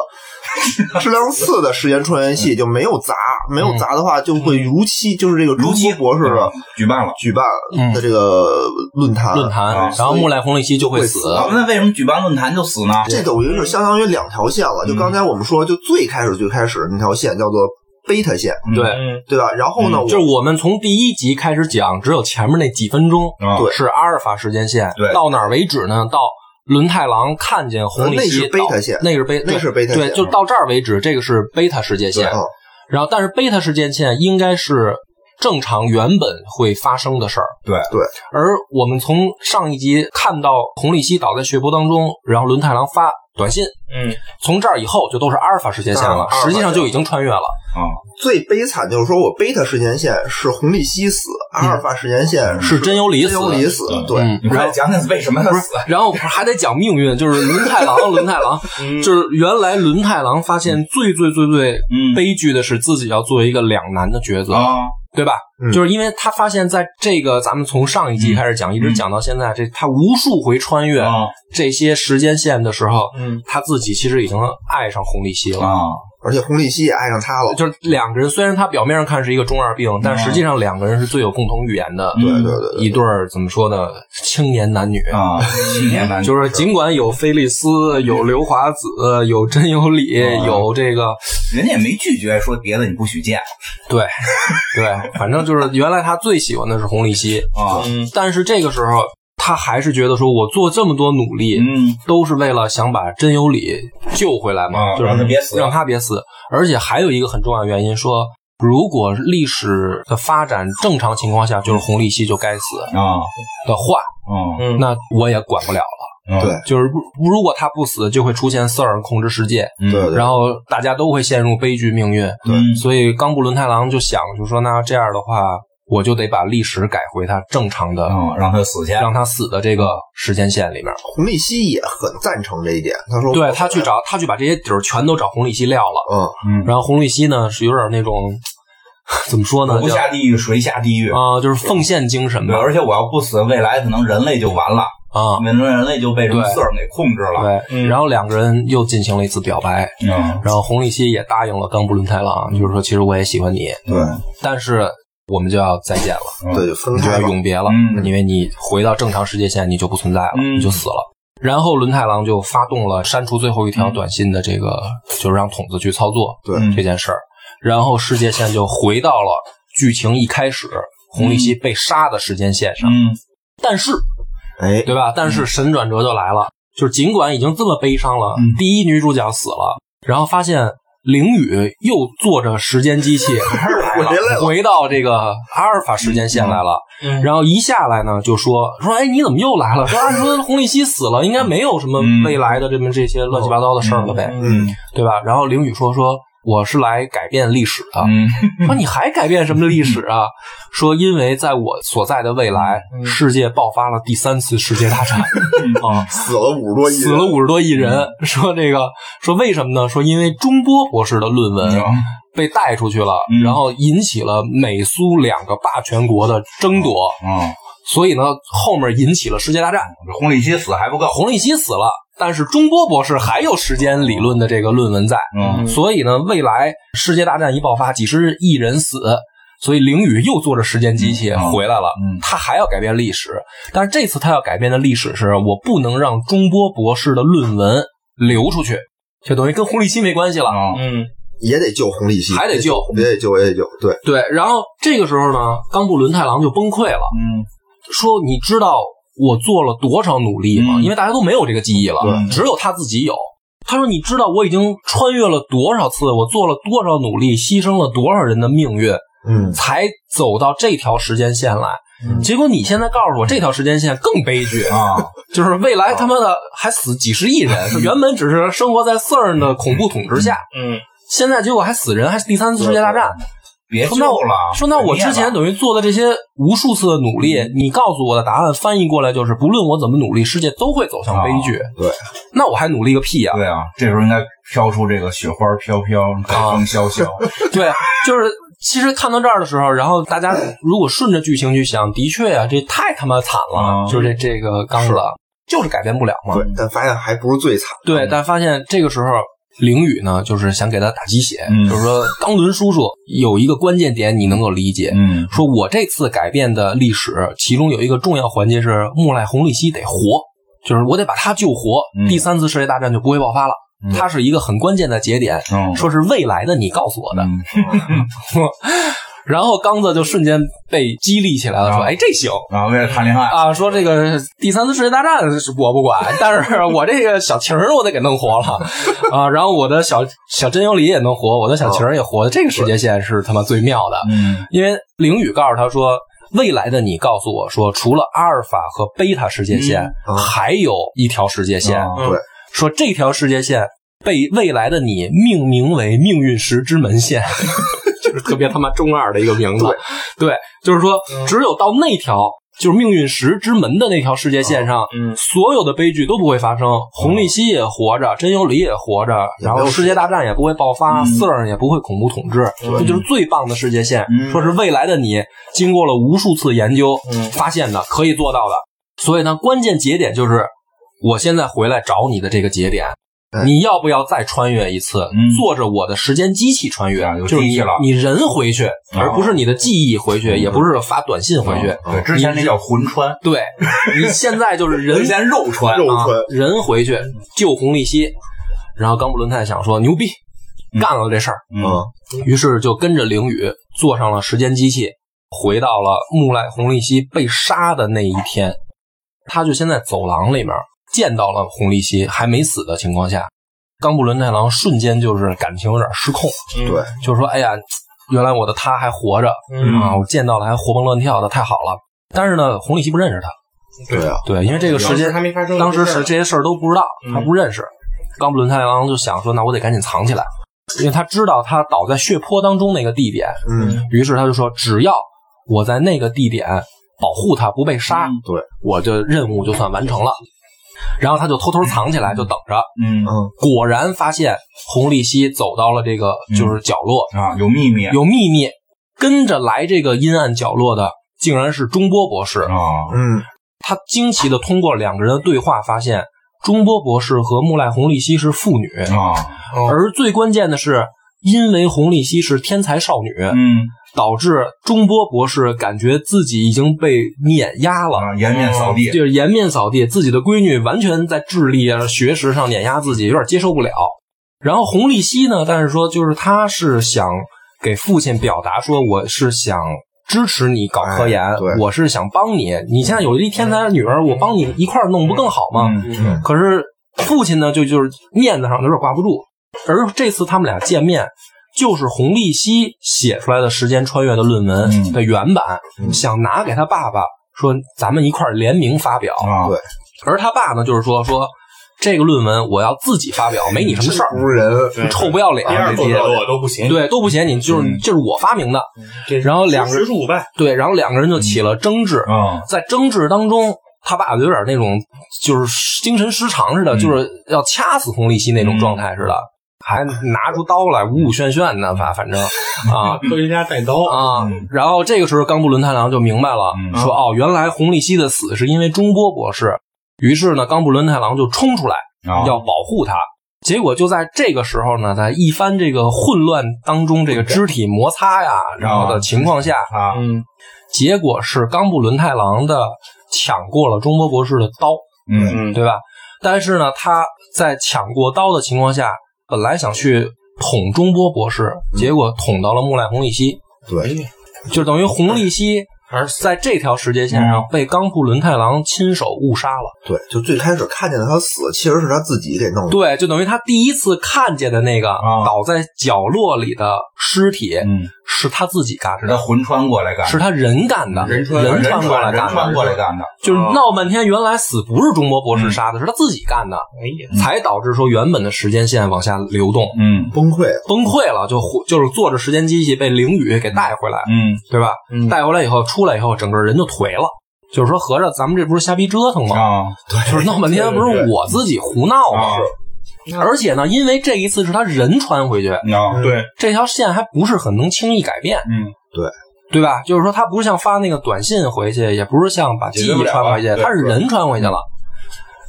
S3: 质量次的时间穿越
S2: 嗯
S3: 器，就没有砸，没有砸的话就会如期，就是这个
S1: 如期
S3: 中国博士的
S1: 嗯举办了。
S3: 举办的这个论坛，
S2: 嗯论坛，
S1: 啊
S2: 然后木濑红利希就会死
S3: 会死
S1: 啊那为什么举办论坛就死呢？
S3: 这等于是相当于两条线了。
S2: 嗯
S3: 就刚才我们说，就最开始最开始那条线叫做贝塔线，
S1: 嗯
S2: 对
S4: 嗯
S3: 对吧？然后呢，
S2: 就是我们从第一集开始讲，只有前面那几分钟
S1: 啊
S3: 对
S2: 是阿尔法时间线，
S1: 对
S2: 到哪儿为止呢？到伦太郎看见红里希，
S3: 呃那是贝塔
S2: 到
S3: 线
S2: 那是贝，
S3: 那
S2: 对
S3: 是贝塔
S2: 对，
S3: 线
S2: 就到这儿为止，这个是贝塔时间
S3: 对
S2: 线。
S3: 嗯
S2: 然后，但是贝塔时间线应该是正常原本会发生的事儿，
S1: 对
S3: 对。
S2: 而我们从上一集看到红里希倒在血泊当中，然后伦太郎发短信，
S4: 嗯，
S2: 从这儿以后就都是阿尔法时间线了
S3: 啊阿尔法，
S2: 实际上就已经穿越了。
S1: 啊，
S3: 最悲惨就是说我贝塔时间线是红利希死，阿尔法时间线
S2: 是真由里
S3: 真
S2: 死
S3: 由里死，对。
S2: 嗯
S1: 你快讲讲为什么他死？
S2: 然后还得讲命运，就是轮太郎，轮太郎，
S3: 嗯
S2: 就是原来轮太郎发现最最最最
S1: 嗯
S2: 悲剧的是自己要作为一个两难的抉择，
S1: 啊，
S2: 对吧？
S3: 嗯
S2: 就是因为他发现，在这个咱们从上一季开始讲，一直讲到现在，这他无数回穿越
S3: 嗯
S1: 啊
S2: 这些时间线的时候，
S4: 嗯
S2: 他自己其实已经爱上红利希
S3: 嗯
S2: 了。
S1: 啊，
S3: 而且红利希也爱上他了，
S2: 就是两个人，虽然他表面上看是一个中二病，但实际上两个人是最有共同语言的，
S1: 对
S3: 嗯对对对对嗯
S2: 一对儿怎么说呢？青年男女
S1: 啊，青年男女
S2: 就是尽管有菲利斯，有刘华子，有真有理，
S1: 嗯
S2: 有这个，
S1: 人家也没拒绝说别的你不许见
S2: 对对，反正就是原来他最喜欢的是红利希，
S1: 啊，
S4: 嗯
S2: 但是这个时候他还是觉得说，我做这么多努力，
S1: 嗯
S2: 都是为了想把真有理救回来嘛，
S1: 啊，
S2: 就是
S1: 让他别死
S2: 让他别死。而且还有一个很重要的原因说。如果历史的发展正常情况下，就是红利希就该死
S1: 啊，
S2: 的话，
S1: 嗯
S4: 嗯，
S2: 那我也管不了了。
S1: 嗯
S3: 对
S2: 就是如如果他不死，就会出现 Sir 控制世界，
S1: 嗯
S3: 对对
S2: 然后大家都会陷入悲剧命运。
S1: 嗯
S2: 所以冈部伦太郎就想，就说那这样的话，我就得把历史改回他正常的，
S1: 嗯，让他死去，
S2: 让他死的这个时间线里面。
S3: 红利希也很赞成这一点，他说
S2: 对他去，找， 他去把这些底儿全都找红利希撂了。
S3: 嗯，
S1: 嗯，
S2: 然后红利希呢是有点那种 怎么说呢，
S1: 不
S2: 叫
S1: 下地狱谁下地狱？
S2: 啊、就是奉献精神吧
S1: 对，。而且我要不死，未来可能人类就完了，
S2: 啊、
S1: 可能人类就被什么
S2: 对
S1: 四儿给控制了。
S2: 啊对、
S4: 嗯
S2: 然后两个人又进行了一次表白，
S1: 嗯，
S2: 然后红利希也答应了冈部伦太郎，就是说其实我也喜欢你，
S3: 对
S2: 但是我们就要再见了，
S3: 对，就分
S2: 你就
S3: 开
S2: 要
S3: 了，
S2: 永别了，
S1: 嗯
S2: 因为你回到正常世界线，你就不存在了，
S1: 嗯
S2: 你就死了。然后轮太郎就发动了删除最后一条短信的这个，就是让筒子去操作
S3: 对
S1: 嗯
S2: 这件事儿，然后世界线就回到了剧情一开始红利希被杀的时间线上，
S1: 嗯
S2: 但是
S3: 哎，
S2: 对吧？但是神转折就来了，就是尽管已经这么悲伤了，
S1: 嗯
S2: 第一女主角死了，然后发现凌雨又坐着时间 机器
S3: 回来了
S2: 回到这个阿尔法时间线来了。
S4: 嗯
S2: 然后一下来呢，就说说，哎，你怎么又来了？说按说红利希死了，应该没有什么
S1: 嗯
S2: 未来的这么这些乱七八糟的事儿了呗，
S1: 嗯
S2: 对吧？然后凌雨说说。我是来改变历史的，
S1: 嗯
S2: 说你还改变什么历史啊？说因为在我所在的未来，
S1: 嗯
S2: 世界爆发了第三次世界大战，啊，
S3: 死了五十多亿人，
S2: 死了五十多亿人。说这个，说为什么呢？说因为中波博士的论文
S1: 啊
S2: 被带出去了，
S1: 嗯
S2: 然后引起了美苏两个霸权国的争夺，
S1: 嗯，
S2: 所以呢，后面引起了世界大战。
S1: 这红利期死还不够，
S2: 红利希死了，但是中波博士还有时间理论的这个论文在，
S1: 嗯
S2: 啊所以呢，未来世界大战一爆发，几十亿人死，所以凌雨又坐着时间机器
S1: 嗯
S2: 回来了。
S1: 嗯
S2: 他还要改变历史，但是这次他要改变的历史是我不能让中波博士的论文流出去，就等于跟红利希没关系了。
S1: 嗯
S4: 嗯
S3: 也得救红利系，
S2: 还得救
S3: 也得救，也得救。对，
S2: 对，然后这个时候呢，冈部伦太郎就崩溃了，
S1: 嗯
S2: 说：“你知道我做了多少努力吗？
S1: 嗯
S2: 因为大家都没有这个记忆了，
S1: 对
S2: 只有他自己有。”他说：“你知道我已经穿越了多少次，我做了多少努力，牺牲了多少人的命运，
S3: 嗯，
S2: 才走到这条时间线来。结果你现在告诉我，这条时间线更悲剧，
S1: 啊，
S2: 就是未来他妈的还死几十亿人，原本只是生活在 CERN 的恐怖统治下，
S4: 嗯
S2: 现在结果还死人，还是第三次世界大战。
S1: 别
S2: 说
S1: 救
S2: 那
S1: 了，
S2: 说那我
S1: 别念
S2: 之前
S1: 了
S2: 等于做的这些无数次的努力，你告诉我的答案翻译过来就是，不论我怎么努力，世界都会走向悲剧。
S3: 对，
S2: 那我还努力个屁呀、
S1: 对啊，这时候应该飘出这个雪花飘飘，北
S2: 啊
S1: 风萧萧，
S2: 对，就是其实看到这儿的时候，然后大家如果顺着剧情去想，的确呀、这太他妈惨了，
S1: 嗯
S2: 就是这这个刚子啊就是改变不了嘛。嗯
S3: 对，但发现还不是最惨。
S2: 对，但发现这个时候凌雨呢，就是想给他打鸡血，
S1: 嗯
S2: 就是说冈伦叔叔有一个关键点你能够理解，
S1: 嗯
S2: 说我这次改变的历史，其中有一个重要环节是木赖红利希得活，就是我得把他救活，
S1: 嗯
S2: 第三次世界大战就不会爆发了。
S1: 嗯
S2: 它是一个很关键的节点，
S1: 嗯，
S2: 说是未来的你告诉我的，
S1: 嗯
S2: 然后刚子就瞬间被激励起来了，说：“
S1: 啊
S2: 哎，这行
S1: 啊，为了谈恋爱，
S2: 啊！说这个第三次世界大战是我不管， 但是我这个小情儿我得给弄 活了啊！然后我的小小真由里也能活，我的小情儿也
S1: 哦
S2: 活，这个时间线是他妈最妙的。
S1: 嗯
S2: 因为凌雨告诉他说，未来的你告诉我说，除了阿尔法和贝塔世界线，
S3: 嗯
S2: 还有一条世界线，嗯
S1: 啊
S3: 对，
S2: 说这条世界线被未来的你命名为命运石之门线。 就是特别他妈中二的一个名字，对，嗯就是说，只有到那条就是命运石之门的那条世界线上，
S4: 嗯
S2: 所有的悲剧都不会发生，红利希也活着，真由里也活着，然后世界大战也不会爆发，
S1: 嗯
S2: 四儿也不会恐怖统治，这就是最棒的世界线。
S1: 嗯
S2: 说是未来的你经过了无数次研究
S4: 嗯
S2: 发现的，可以做到的。所以呢，关键节点就是我现在回来找你的这个节点。
S3: 哎
S2: 你要不要再穿越一次？
S1: 嗯
S2: 坐着我的时间机器穿越，
S1: 啊有
S2: 就是
S1: 记忆
S2: 你
S1: 了啊嗯
S2: 你人回去，而不是你的记忆回去，也不是发短信回去。
S1: 对，之前那叫魂穿，
S2: 对你现在就是人
S1: 之前肉穿，
S3: 肉
S2: 啊
S3: 穿，
S2: 人回去救红利希，然后冈布伦泰想说牛逼，干了这事儿，
S3: 啊
S1: 嗯
S2: 于是就跟着凌雨坐上了时间机器，回到了木赖红利希被杀的那一天。他就先在走廊里面见到了红利希还没死的情况下，冈布伦太郎瞬间就是感情有点失控，
S4: 嗯
S3: 对，
S2: 就是说，哎呀，原来我的他还活着
S4: 嗯
S2: 啊，我见到了还活蹦乱跳的，太好了。但是呢，红利希不认识他，
S3: 对啊，
S2: 对，因为这个时
S4: 当
S2: 间
S4: 时还没发生，
S2: 当时是这些事儿都不知道，
S4: 嗯
S2: 他不认识。冈布伦太郎就想说，那我得赶紧藏起来，因为他知道他倒在血泊当中那个地点。
S3: 嗯，
S2: 于是他就说，只要我在那个地点保护他不被杀，
S1: 嗯
S3: 对，
S2: 我的任务就算完成了。然后他就偷偷藏起来，就等着。
S1: 嗯
S3: 嗯，
S2: 果然发现红利希走到了这个
S1: 嗯
S2: 就是角落，
S1: 啊，有秘密
S2: 有秘密。跟着来这个阴暗角落的，竟然是中波博士。
S1: 啊，
S3: 嗯，
S2: 他惊奇的通过两个人的对话发现，中波博士和木赖红利希是父女，
S1: 啊，
S2: 而最关键的是，因为红利希是天才少女，
S1: 嗯
S2: 导致中波博士感觉自己已经被碾压了。
S1: 啊，颜面扫地，
S2: 就是颜面扫地，自己的闺女完全在智力啊、学识上碾压自己，有点接受不了。然后红利希呢，但是说就是他是想给父亲表达说，我是想支持你搞科研，
S3: 哎对
S2: 我是想帮你。你现在有一天才女儿，我帮你一块儿弄不更好吗？
S1: 嗯嗯
S2: 可是父亲呢，就就是面子上有点挂不住。而这次他们俩见面，就是洪立希写出来的时间穿越的论文
S1: 嗯
S2: 的原版，
S3: 嗯
S2: 想拿给他爸爸说，咱们一块儿联名发表。
S4: 嗯
S1: 啊，
S3: 对
S2: 而他爸呢，就是说说这个论文我要自己发表，没你什么事儿，
S3: 无人
S4: 对
S2: 臭不要脸
S4: 第。二作者我都不行，，
S2: 对，都不嫌你，就是、
S1: 嗯
S2: 就是我发明的。
S4: 这
S2: 然后两个
S4: 实属败，
S2: 对，然后两个人就起了争执。
S1: 嗯
S2: 在争执当中，他爸爸有点那种就是精神失常似的，
S1: 嗯
S2: 就是要掐死洪立希那种状态似的，还拿出刀来舞舞旋旋的，反反正啊
S4: 科学家带刀，
S2: 啊
S1: 嗯。
S2: 然后这个时候，冈部伦太郎就明白了，
S1: 嗯
S2: 说哦，原来洪立希的死是因为中波博士。于是呢，冈部伦太郎就冲出来
S1: 啊，
S2: 要保护他。结果就在这个时候呢，在一番这个混乱当中，这个肢体摩擦呀，然后的情况下，
S1: 啊
S4: 嗯，
S2: 结果是冈部伦太郎的抢过了中波博士的刀，
S1: 嗯
S4: 嗯，
S2: 对吧？但是呢，他在抢过刀的情况下，本来想去捅中波博士，
S1: 嗯
S2: 结果捅到了木濑红利希，
S3: 对，
S2: 就等于红利希而在这条时间线上
S1: 嗯
S2: 被冈部伦太郎亲手误杀了。
S3: 对，就最开始看见他死，其实是他自己给弄的。
S2: 对，就等于他第一次看见的那个
S1: 啊
S2: 倒在角落里的尸体，
S1: 嗯，
S2: 是他自己干
S1: 是他
S2: 的，
S1: 魂穿过来干的，
S2: 是他人干的，
S4: 人穿
S2: 人
S1: 人
S2: 穿过来
S1: 人
S2: 干的
S1: 穿。过来干的，
S2: 就是
S4: 哦
S2: 闹半天，原来死不是中国博士杀的，是他自己干的，
S4: 嗯哎呀，
S2: 才导致说原本的时间线往下流动
S1: 嗯
S3: 崩溃了，
S2: 崩溃了，就忽就是坐着时间机器被凌雨给带回来，
S1: 嗯
S2: 对吧？
S4: 嗯
S2: 带回来以后出来以后，整个人就颓了。就是说，合着咱们这不是瞎逼折腾吗？
S1: 啊，
S2: 就是闹半天不是我自己胡闹
S4: 啊
S2: 吗？
S4: 是
S2: 而且呢，因为这一次是他人穿回去，
S1: 啊，
S4: 对，
S2: 这条线还不是很能轻易改变，
S1: 嗯
S2: 对吧？就是说，他不是像发那个短信回去，也不是像把记忆传回去
S4: 解决不了啊，对
S2: 他是人传回去了。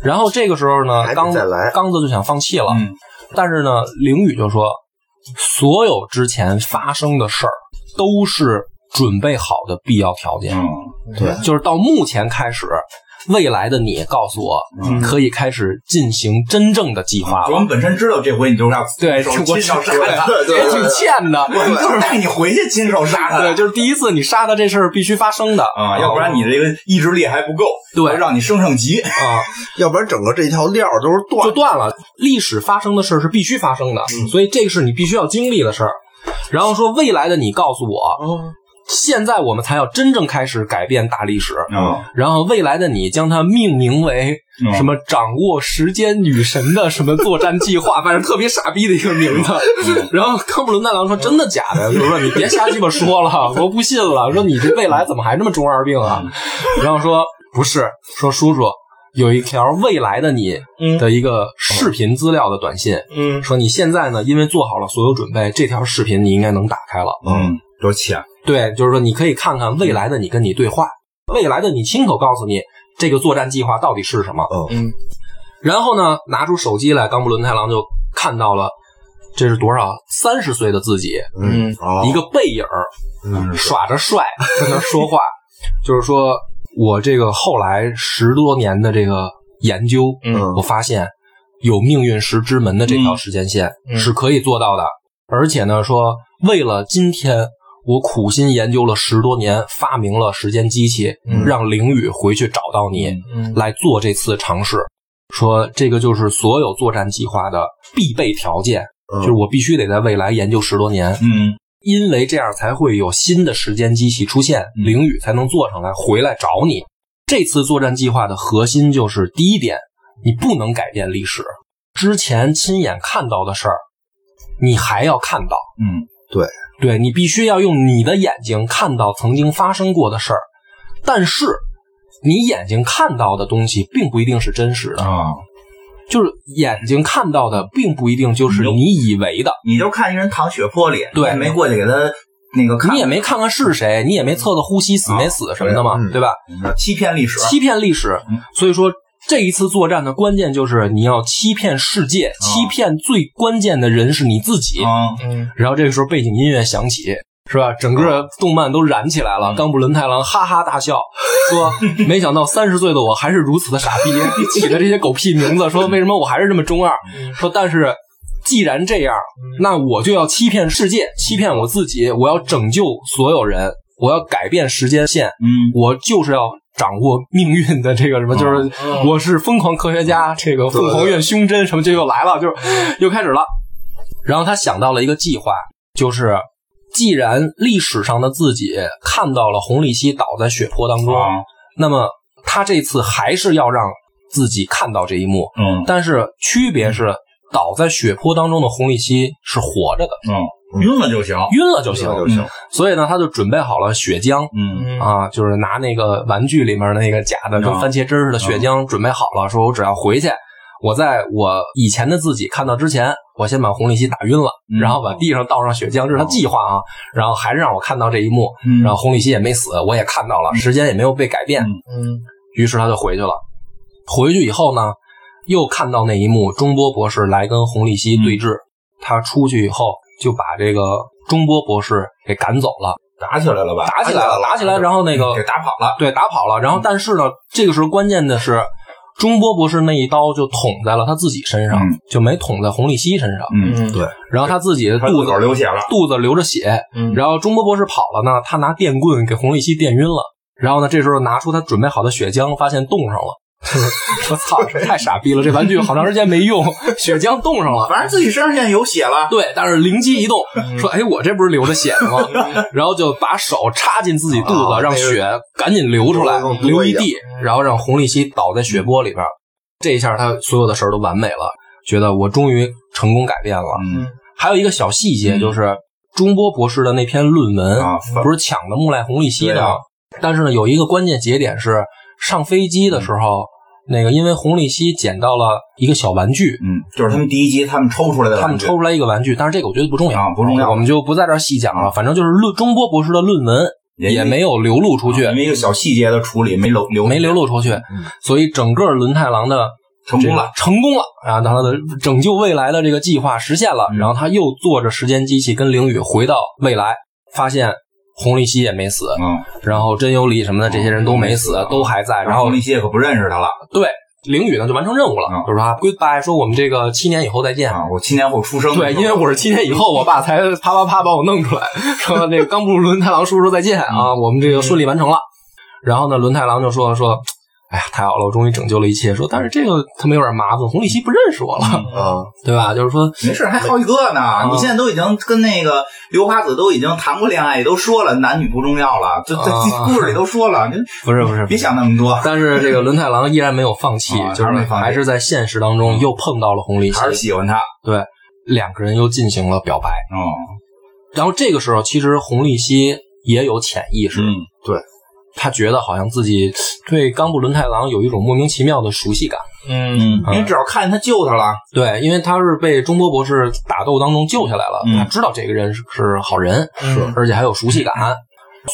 S2: 然后这个时候呢，
S3: 还得
S2: 刚
S3: 再来
S2: 刚子就想放弃了，
S1: 嗯
S2: 但是呢，凌雨就说，所有之前发生的事儿都是准备好的必要条件，
S1: 嗯，
S3: 对，
S2: 就是到目前开始，未来的你告诉我，可以开始进行真正的计划
S1: 我
S2: 了。
S1: 们本身知道这回你就是要
S2: 对，
S1: 亲
S2: 我
S1: 手亲嗯手杀
S2: 对
S1: 他，
S3: 对对
S2: 这挺欠的，
S1: 我们就是带你回去亲手杀他
S2: 对，就是第一次你杀他这事儿必须发生的
S1: 啊，要不然你这个意志力还不够，
S2: 对
S1: 让你升上级，
S2: 啊
S3: 要不然整个这条料都是断
S2: 就。断了。历史发生的事儿是必须发生的，所以这个是你必须要经历的事儿。然后说未来的你告诉
S1: 嗯
S2: 我，
S4: 哦，
S2: 现在我们才要真正开始改变大历史。
S1: 啊，
S2: 然后未来的你将它命名为
S1: 嗯
S2: 什么？掌握时间女神的什么作战计划，反正特别傻逼的一个名字。然后康布伦奈郎说：“真的假的？”就是说你别瞎鸡巴说了，我不信了。说你这未来怎么还这么中二病啊？然后说不是，说叔叔有一条未来的你
S4: 嗯
S2: 的一个视频资料的短信，
S4: 嗯，
S2: 说你现在呢，因为做好了所有准备，这条视频你应该能打开了。
S1: 嗯，多欠，
S2: 对，就是说你可以看看未来的你跟你对话，未来的你亲口告诉你这个作战计划到底是什么。
S4: 嗯，
S2: 然后呢，拿出手机来，冈部伦太郎就看到了，这是多少？三十岁的自己，
S4: 嗯，
S3: 哦
S2: 一个背影儿
S3: 嗯
S2: 耍着帅，跟那说话， 就是说我这个后来十多年的这个研究，
S4: 嗯
S2: 我发现有命运石之门的这条时间线
S4: 嗯
S2: 是可以做到的，而且呢，说为了今天。我苦心研究了十多年，发明了时间机器，
S4: 嗯
S2: 让凌雨回去找到你，
S4: 嗯，
S2: 来做这次尝试。说这个就是所有作战计划的必备条件，
S3: 嗯
S2: 就是我必须得在未来研究十多年，
S1: 嗯
S2: 因为这样才会有新的时间机器出现，
S1: 嗯
S2: 凌雨才能做上来回来找你。这次作战计划的核心就是第一点，你不能改变历史，之前亲眼看到的事儿，你还要看到。
S1: 嗯
S2: 对你必须要用你的眼睛看到曾经发生过的事儿，但是你眼睛看到的东西并不一定是真实的，
S1: 啊，
S2: 就是眼睛看到的并不一定就是你以为的，
S1: 你就看一人躺血泊里，
S2: 对
S1: 你也没过去给他那个看，
S2: 你也没看看是谁，你也没测测呼吸死没死什么的嘛，
S3: 嗯
S2: 对吧？
S1: 欺骗历史，
S2: 欺骗历史
S1: 嗯，
S2: 所以说。这一次作战的关键就是你要欺骗世界，欺骗最关键的人是你自己。
S1: 啊，
S4: 嗯，
S2: 然后这个时候背景音乐响起，是吧？整
S1: 啊
S2: 个动漫都燃起
S1: 嗯
S2: 来了。冈部伦太郎哈哈大笑， 说：“没想到三十岁的我还是如此的傻逼，起的这些狗屁名字，说为什么我还是这么中二？
S1: 嗯
S2: 说但是既然这样，那我就要欺骗世界，欺骗我自己，我要拯救所有人。我要改变时间线，
S1: 嗯，
S2: 我就是要掌握命运的这个什么，就是我是疯狂科学家，这个凤凰院胸针什么就又来了，就是 又开始了。然后他想到了一个计划，就是既然历史上的自己看到了红利希倒在血泊当中，
S1: 啊，
S2: 那么他这次还是要让自己看到这一幕，
S1: 嗯
S2: 但是区别是倒在血泊当中的红利希是活着的，
S1: 嗯，晕了就行，
S2: 晕了就行。
S3: 就行。
S2: 所以呢，他就准备好了血浆，
S1: 嗯
S4: 嗯，
S2: 啊，就是拿那个玩具里面那个假的跟
S1: 嗯
S2: 番茄汁似的血浆准备好了，说我只要回去，我在我以前的自己看到之前，我先把红利希打晕了，
S1: 嗯哦
S2: 然后把地上倒上血浆，这是他计划啊，然后还是让我看到这一幕，
S1: 嗯，
S2: 然后红利希也没死，我也看到了，时间也没有被改变，
S4: 嗯
S2: 于是他就回去了。回去以后呢，又看到那一幕，中波博士来跟红利希
S1: 嗯
S2: 对峙，他出去以后就把这个中波博士给赶走了，
S1: 打起来了吧？
S2: 打起来了，打起来，然后那个
S1: 给打跑了，
S2: 对，打跑了。
S1: 嗯
S2: 然后，但是呢，这个时候关键的是，中波博士那一刀就捅在了他自己身上，
S1: 嗯
S2: 就没捅在红利希身上。
S1: 嗯，
S4: 嗯，
S3: 对
S2: 然后他自己的
S1: 他肚
S2: 肚
S1: 子
S2: 子
S1: 口流血了，
S2: 肚子流着血。
S4: 嗯
S2: 然后中波博士跑了呢，他拿电棍给红利希电晕了。然后呢，这时候拿出他准备好的血浆，发现冻上了。 我操，这太傻逼了！这玩具好长时间没用，血浆冻上了。
S1: 反正自己身上现在有血了，
S2: 对，但是灵机一动，
S3: 嗯
S2: 说：“哎，我这不是流着血呢 吗？”然后就把手插进自己肚
S3: 啊
S2: 子，让
S3: 那个
S2: 血赶紧流出来
S3: 流得更，多
S2: 流
S3: 一
S2: 一
S3: 点嗯
S2: 地，然后让红利希倒在血泊里边。这一下，他所有的事儿都完美了，觉得我终于成功改变了。
S1: 嗯
S2: 还有一个小细节
S1: 嗯
S2: 就是，中波博士的那篇论文
S1: 啊，
S2: 不是抢的木赖红利希
S1: 对
S2: 的
S1: 啊，
S2: 但是呢，有一个关键节点是上飞机的时候，那个因为红利希捡到了一个小玩具，
S1: 嗯，就是他们第一集他们抽出来的
S2: 他们
S1: 感觉，
S2: 抽出来一个玩具，但是这个我觉得不重要，
S1: 啊不重要啊
S2: 我们就不在这儿细讲了。反正就是论中波博士的论文
S1: 也
S2: 也没有流露出去
S1: 因，为一个小细节的处理没流啊流
S2: 没流露出去，所以整个轮太郎的
S1: 嗯成功了，，
S2: 成功了啊！他的拯救未来的这个计划实现了，
S1: 嗯
S2: 然后他又坐着时间机器跟凌雨回到未来，发现红利希也没死，
S1: 嗯，
S2: 然后真由里什么的这些人都没死，都还在，然
S1: 然后
S2: 后
S1: 那些可不认识他了
S2: 对。凌雨呢就完成任务了
S1: 嗯，
S2: 就是说啊 goodbye，说我们这个七年以后再见。
S1: 啊，我七年后出生，
S2: 对，因为我是七年以后，我爸才啪啪啪把我弄出来，说那个冈部伦太郎叔叔再见啊，我们这个顺利完成了。然后呢，伦太郎就说说，哎呀，太好了，我终于拯救了一切。说，但是这个他们有点麻烦，红利希不认识我
S1: 嗯
S2: 了，
S3: 啊，
S2: 对吧？就 是说，
S1: 没事，还好几个
S2: 啊
S1: 呢。你现在都已经跟那个刘华子都已经谈过恋爱，也都说了男女不重要了，这这
S2: 啊
S1: 故事里都说 了，您
S2: 不是不是，
S1: 别想那 么多，
S2: 但是这个伦太郎依然没有放弃，
S1: 啊
S2: 就
S1: 还是
S2: 是
S1: 没放弃嗯
S2: 还是在现实当中又碰到了红利希
S1: 还，是喜欢他。
S2: 对，两个人又进行了表白。
S1: 嗯
S2: 然后这个时候，其实红利希也有潜意识，
S1: 嗯
S2: 他觉得好像自己对冈部伦太郎有一种莫名其妙的熟悉感。
S4: 嗯
S1: 嗯，因为只要看见他救他了，
S2: 对，因为他是被中波博士打斗当中救下来了，
S1: 嗯
S2: 他知道这个人是是好人，嗯
S4: 是
S2: 而且还有熟悉感，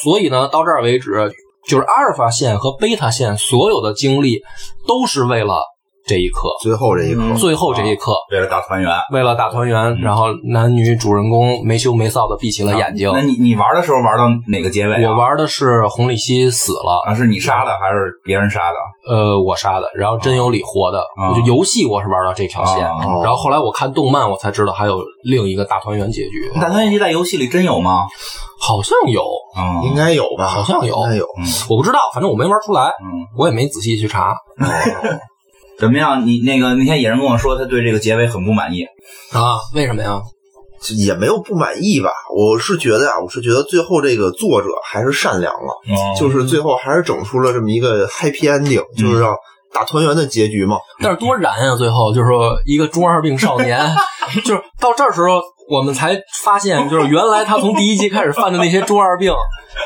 S2: 所以呢，到这儿为止，就是阿尔法线和贝塔线所有的经历都是为了这一刻，
S3: 最后这一刻，
S4: 嗯
S2: 最后这一刻，
S1: 为了大团圆。
S2: 为了大团
S1: 嗯
S2: 圆，然后男女主人公没羞没臊的闭起了眼睛。
S1: 啊那你你玩的时候玩到哪个结尾啊？
S2: 我玩的是红利希死了，
S1: 啊，是你杀的还是别人杀的？
S2: 呃，我杀的，然后真有理活的。
S1: 啊
S2: 我就游戏我是玩到这条线，
S1: 啊
S3: 哦
S2: 然后后来我看动漫，我才知道还有另一个大团圆结局，
S1: 大团圆结局在游戏里真有吗？
S2: 好像有，
S1: 啊，
S3: 应该有吧？
S2: 好像有嗯
S3: 应该有。
S2: 我不知道，反正我没玩出来，
S1: 嗯，
S2: 我也没仔细去查
S1: 怎么样？你那个那天野人跟我说，他对这个结尾很不满意。
S2: 啊，为什么呀？
S3: 就也没有不满意吧。我是觉得啊，我是觉得最后这个作者还是善良
S2: 哦
S3: 了，
S1: 哦
S2: 嗯
S3: 就是最后还是整出了这么一个 happy ending，就是让大团圆的结局嘛。
S2: 但是多燃啊！最后就是说一个中二病少 年，就是到这儿时候，我们才 发现，就是原来他从第一集开始犯的那些中二病，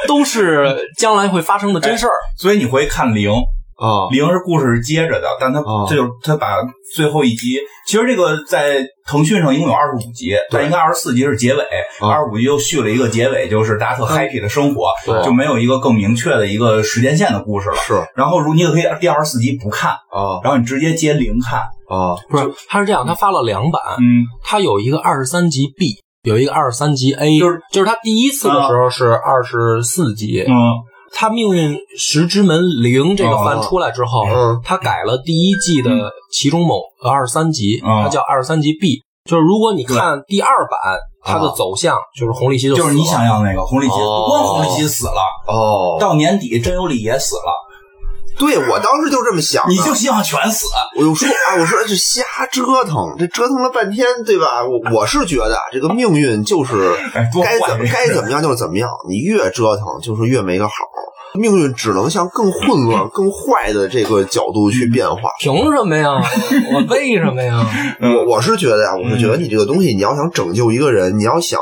S2: 都是将来会发生的真事儿。
S1: 所以你回去看零，
S3: 啊，
S1: 零是故事是接着的，但他
S3: 哦
S1: 这就是他把最后一集，其实这个在腾讯上一共有二十五集，但应该二十四集是结尾，
S3: 哦
S1: 二十五集又续了一个结尾，就是大家特 happy 的生活，
S3: 对
S1: 就没有一个更明确的一个时间线的故事了。
S3: 是
S1: 然后如你也可以第二十四集不看，
S3: 啊
S1: 然后你直接接零看，
S3: 啊
S2: 不是，他是这样，他发了两版，
S1: 嗯，
S2: 他有一个二十三集 B，有一个二十三集 A，
S1: 就是
S2: 就是他第一次的时候是二十四集，
S1: 嗯，
S2: 他命运石之门零这个番出来之
S1: 哦
S2: 后，
S3: 嗯
S2: 他改了第一季的其中某二十三集，
S1: 嗯
S2: 它叫二十三集 B。就是如果你看第二版，它的走向就是红利希就
S1: 就是你
S2: 死了
S1: 想要那个红利奇，
S3: 哦
S1: 不光红利奇死了，
S3: 哦，
S1: 到年底真有理也死了，
S3: 对我当时就这么想的，
S1: 你就希望全死。
S3: 我就说啊，我说就瞎折腾，这折腾了半天，对吧？我我是觉得啊，这个命运就是
S1: 哎多
S3: 该怎
S1: 换
S3: 么
S1: 人
S3: 该怎么样就是怎么样，你越折腾就是越没个好，命运只能向更混乱、更坏的这个角度去变化。
S2: 凭什么呀？我为什 么呀？
S1: 嗯
S3: 我我是觉得呀、我是觉得你这个东西，你要想拯救一个人，你要想，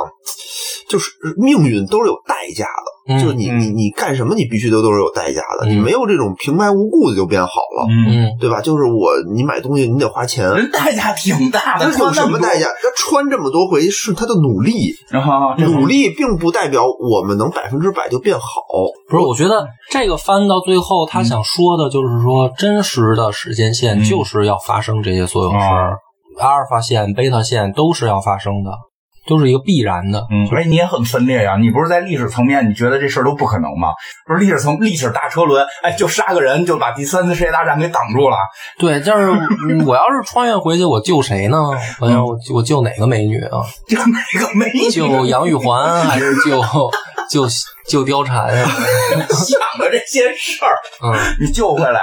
S3: 就是命运都是有代价的，
S2: 嗯
S3: 就是你你你干什么，你必须都都是有代价的，
S2: 嗯
S3: 你没有这种平白无故的就变好了，
S1: 嗯，
S2: 嗯，
S3: 对吧？就是我你买东西你得花钱，
S1: 人代价挺大的，
S3: 但是有什么代价？他穿这么多回是他的努力，
S1: 然后
S2: 嗯
S1: 这
S3: 努力并不代表我们能百分之百就变好。
S2: 不是，我觉得这个翻到最后，他想说的就是说，真实的时间线
S1: 嗯
S2: 就是要发生这些所有事儿，阿尔法线、贝塔线都是要发生的，都是一个必然的。
S1: 嗯，哎，你也很分裂呀、你不是在历史层面，你觉得这事儿都不可能吗？不是历史层历史大车轮，哎，就杀个人就把第三次世界大战给挡住了。
S2: 对，就是嗯我要是穿越回去，我救谁呢？我要
S1: 嗯
S2: 我我救哪个美女啊？
S1: 这个哪个没你
S2: 救杨玉环啊还是救救救貂蝉呀？
S1: 想的这些事儿，
S2: 嗯，
S1: 你救回来？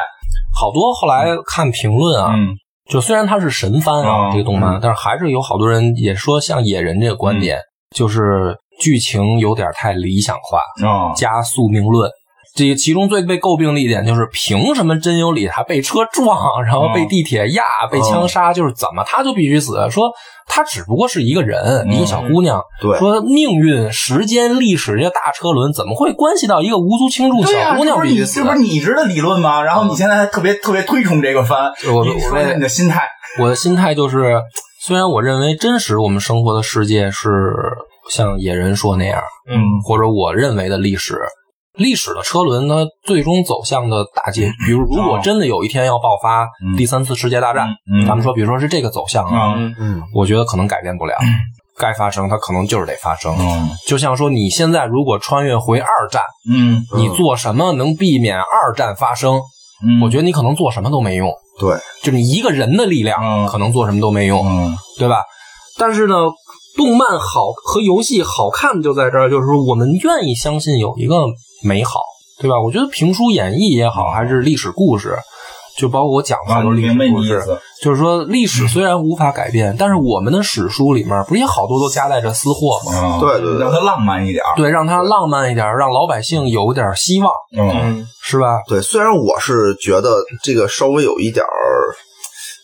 S2: 好多后来看评论啊，
S1: 嗯
S2: 就虽然它是神番啊、
S1: 嗯嗯
S2: 这个动漫，但是还是有好多人也说像野人这个观点，就是剧情有点太理想化，
S1: 哦，
S2: 加宿命论。这个其中最被诟病的一点就是，凭什么真有理他被车撞，
S1: 嗯
S2: 然后被地铁压，被枪杀，就是怎么他就必须死？说他只不过是一个人，
S1: 嗯
S2: 一个小姑娘。
S3: 对
S2: 说命运、时间、历史这些大车轮，怎么会关系到一个无足轻重
S1: 对呀、
S2: 小
S1: 这
S2: 姑娘
S1: 不是
S2: 必须
S1: 你
S2: 死
S1: 这？不是你一直的理论吗？然后你现在还特别特别推崇这个番，
S2: 我我
S1: 你说一下你的心态。
S2: 我的心态就是，虽然我认为真实我们生活的世界是像野人说那样，
S1: 嗯
S2: 或者我认为的历史，历史的车轮它最终走向的大结局，比如如果真的有一天要爆发
S1: 哦嗯
S2: 第三次世界大战，
S1: 嗯嗯
S2: 咱们说，比如说是这个走向啊，
S1: 啊
S3: 嗯，
S2: 我觉得可能改变不了，该发生它可能就是得发生。
S1: 嗯
S2: 就像说你现在如果穿越回二战，
S1: 嗯
S3: 嗯
S2: 你做什么能避免二战发生？
S1: 嗯，
S2: 我觉得你可能做什么都没用，
S3: 对，
S2: 就你一个人的力量
S1: 嗯
S2: 可能做什么都没用。
S1: 嗯
S2: 对吧？但是呢，动漫好和游戏好看就在这儿，就是我们愿意相信有一个美好，对吧？我觉得评书演绎也
S1: 嗯
S2: 好，还是历史故事，就包括我讲的
S1: 啊，
S2: 很
S1: 我
S2: 多历
S1: 明白
S2: 史故
S1: 你意
S2: 事，
S1: 思。嗯
S2: 就是说历史虽然无法改变，但是我们的史书里面不是也好多都夹带着私货吗？
S1: 嗯，
S3: 对对对
S1: 让它浪漫一点儿。
S2: 对，让它浪漫一点，让老百姓有点希望，
S1: 嗯，
S2: 是吧？
S3: 对。虽然我是觉得这个稍微有一点儿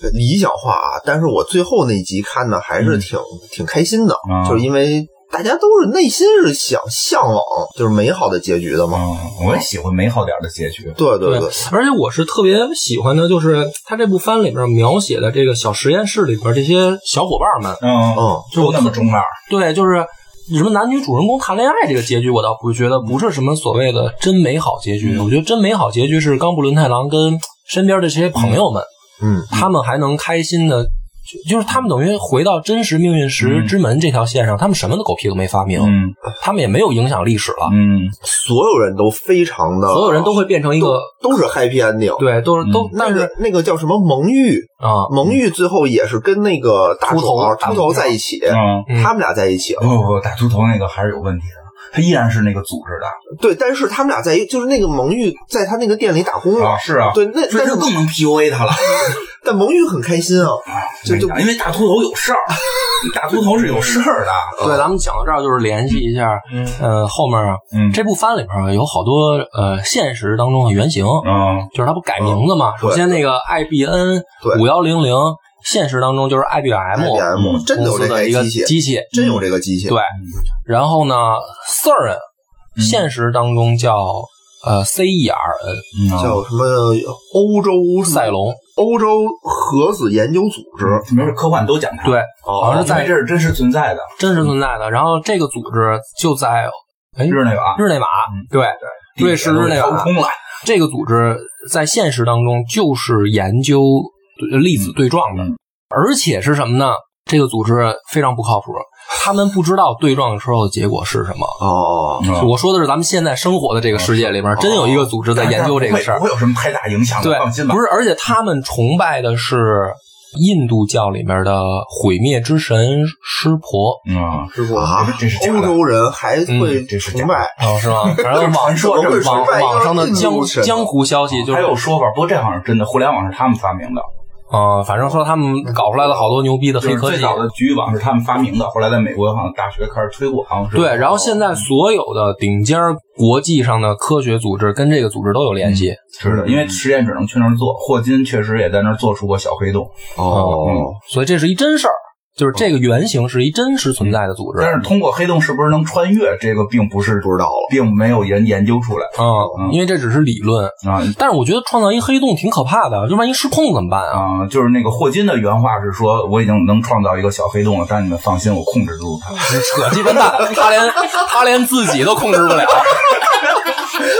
S3: 呃理想化啊，但是我最后那集看的还是
S2: 嗯
S3: 挺、挺开心的，
S1: 嗯
S2: 啊
S3: 就是因为大家都是内心是想向往就是美好的结局的嘛。
S1: 嗯，我也喜欢美好点儿的结局。
S3: 对对对，
S2: 而且我是特别喜欢的，就是他这部番里面描写的这个小实验室里边这些小伙伴们，
S1: 嗯
S3: 嗯，
S1: 就那么中二。
S2: 对，就是什么男女主人公谈恋爱这个结局，我倒不是觉得不是什么所谓的真美好结
S1: 嗯
S2: 局。我觉得真美好结局是冈部伦太郎跟身边的这些朋友们，
S3: 嗯，
S2: 他们还能开心的，就就是他们等于回到真实命运石
S1: 嗯
S2: 之门这条线上，他们什么的狗屁都没发明，
S1: 嗯
S2: 他们也没有影响历史了，
S1: 嗯，
S3: 所有人都非常的，
S2: 所有人都会变成一个
S3: 都是 happy ending。。
S2: 对，都
S1: 嗯
S2: 是都，
S3: 那
S2: 但是
S3: 个那个叫什么蒙玉，
S2: 啊，
S3: 蒙玉最后也是跟那个大
S2: 秃头
S3: 头
S2: 大
S3: 秃
S2: 头
S3: 头在一起，
S1: 嗯，
S2: 嗯
S3: 他们俩在一起了。
S1: 不不不，大秃头那个还是有问题的，他依然是那个组织的
S3: 对，但是他们俩在一，就是那个蒙玉在他那个店里打工了。
S1: 是啊，
S3: 对，那
S1: 所以
S3: 但
S1: 就是更能 PUA 他了。
S3: 但蒙玉很开心啊，就就
S1: 因为大秃头有事儿，大秃头是有事儿的。
S2: 对，咱们讲到这儿就是联系一下，
S1: 嗯
S2: 呃，后面啊，
S1: 嗯
S2: 这部番里边有好多呃现实当中的原型，
S1: 嗯
S2: 就是他不改名字嘛。
S3: 哦对
S2: 首先那个 IBN
S3: 对
S2: 五幺零零，现实当中就是 IBM
S1: 嗯
S3: IBM 真的有
S2: 公司
S3: 这台
S2: 的一个
S3: 机器嗯
S2: 机器，
S3: 真有这个机器。
S2: 对。然后呢，CERN
S3: 嗯
S2: 现实当中叫呃 CERN
S1: 嗯
S3: 叫什么欧洲
S2: 呃赛隆，
S3: 欧洲核子研究组织，
S1: 嗯，没事，科幻都讲他。
S2: 对，
S3: 哦
S2: 好像
S1: 哦，
S2: 是在
S1: 在这是真实存在的，
S2: 真实存在的。然后这个组织就在哎
S1: 日内瓦，
S2: 日内瓦，
S3: 嗯
S2: 对
S1: 啊地铁
S2: 瑞士日内
S1: 都
S2: 瓦
S1: 掏空了。
S2: 这个组织在现实当中就是研究呃粒子对撞的，
S1: 嗯
S2: 而且是什么呢？这个组织非常不靠谱，他们不知道对撞的时候的结果是什么。
S3: 哦，
S1: 嗯
S2: 我说的是咱们现在生活的这个世界里
S1: 啊
S2: 边，
S3: 是
S2: 真有一个组织在研究这个事儿
S1: 不会。不会有什么太大影响的，
S2: 对
S1: 放心，吧。
S2: 不是，而且他们崇拜的是印度教里面的毁灭之神湿婆，
S1: 嗯，
S3: 是不
S1: 啊这是假的
S3: 欧洲人还会
S1: 嗯这是假
S3: 崇
S1: 的
S3: 拜，
S2: 哦，是吗？反正网
S1: 传说
S3: 这么
S2: 网
S3: 崇拜一个
S2: 网上的
S3: 印度
S2: 江
S3: 神
S2: 江湖消息就是
S1: 还有说法，不过这好像是真的，互联网是他们发明的，
S2: 啊、反正说他们搞出来了好多牛逼的
S1: 就
S2: 黑
S1: 是
S2: 科
S1: 最
S2: 技。
S1: 早的局域网是他们发明的，后来在美国好像大学开始推广，好像是哦
S2: 对，然后现在所有的顶尖儿国际上的科学组织跟这个组织都有联系。
S1: 是的，因为实验只能去那儿做，霍金确实也在那儿做出过小黑洞，嗯
S3: 哦，
S2: 所以这是一真事儿，就是这个原型是一真实存在的组织。
S1: 但嗯是通过黑洞是不是能穿越，这个并不是
S3: 不知道了。
S1: 并没有人研究出来
S2: 嗯，因为这只是理论，
S1: 啊。
S2: 但是我觉得创造一黑洞挺可怕的，就万一失控怎么办 啊？
S1: 啊、就是那个霍金的原话是说，我已经能创造一个小黑洞了，但你们放心，我控制住
S3: 嗯
S1: 它。
S2: 扯鸡巴蛋，他连他连自己都控制不了。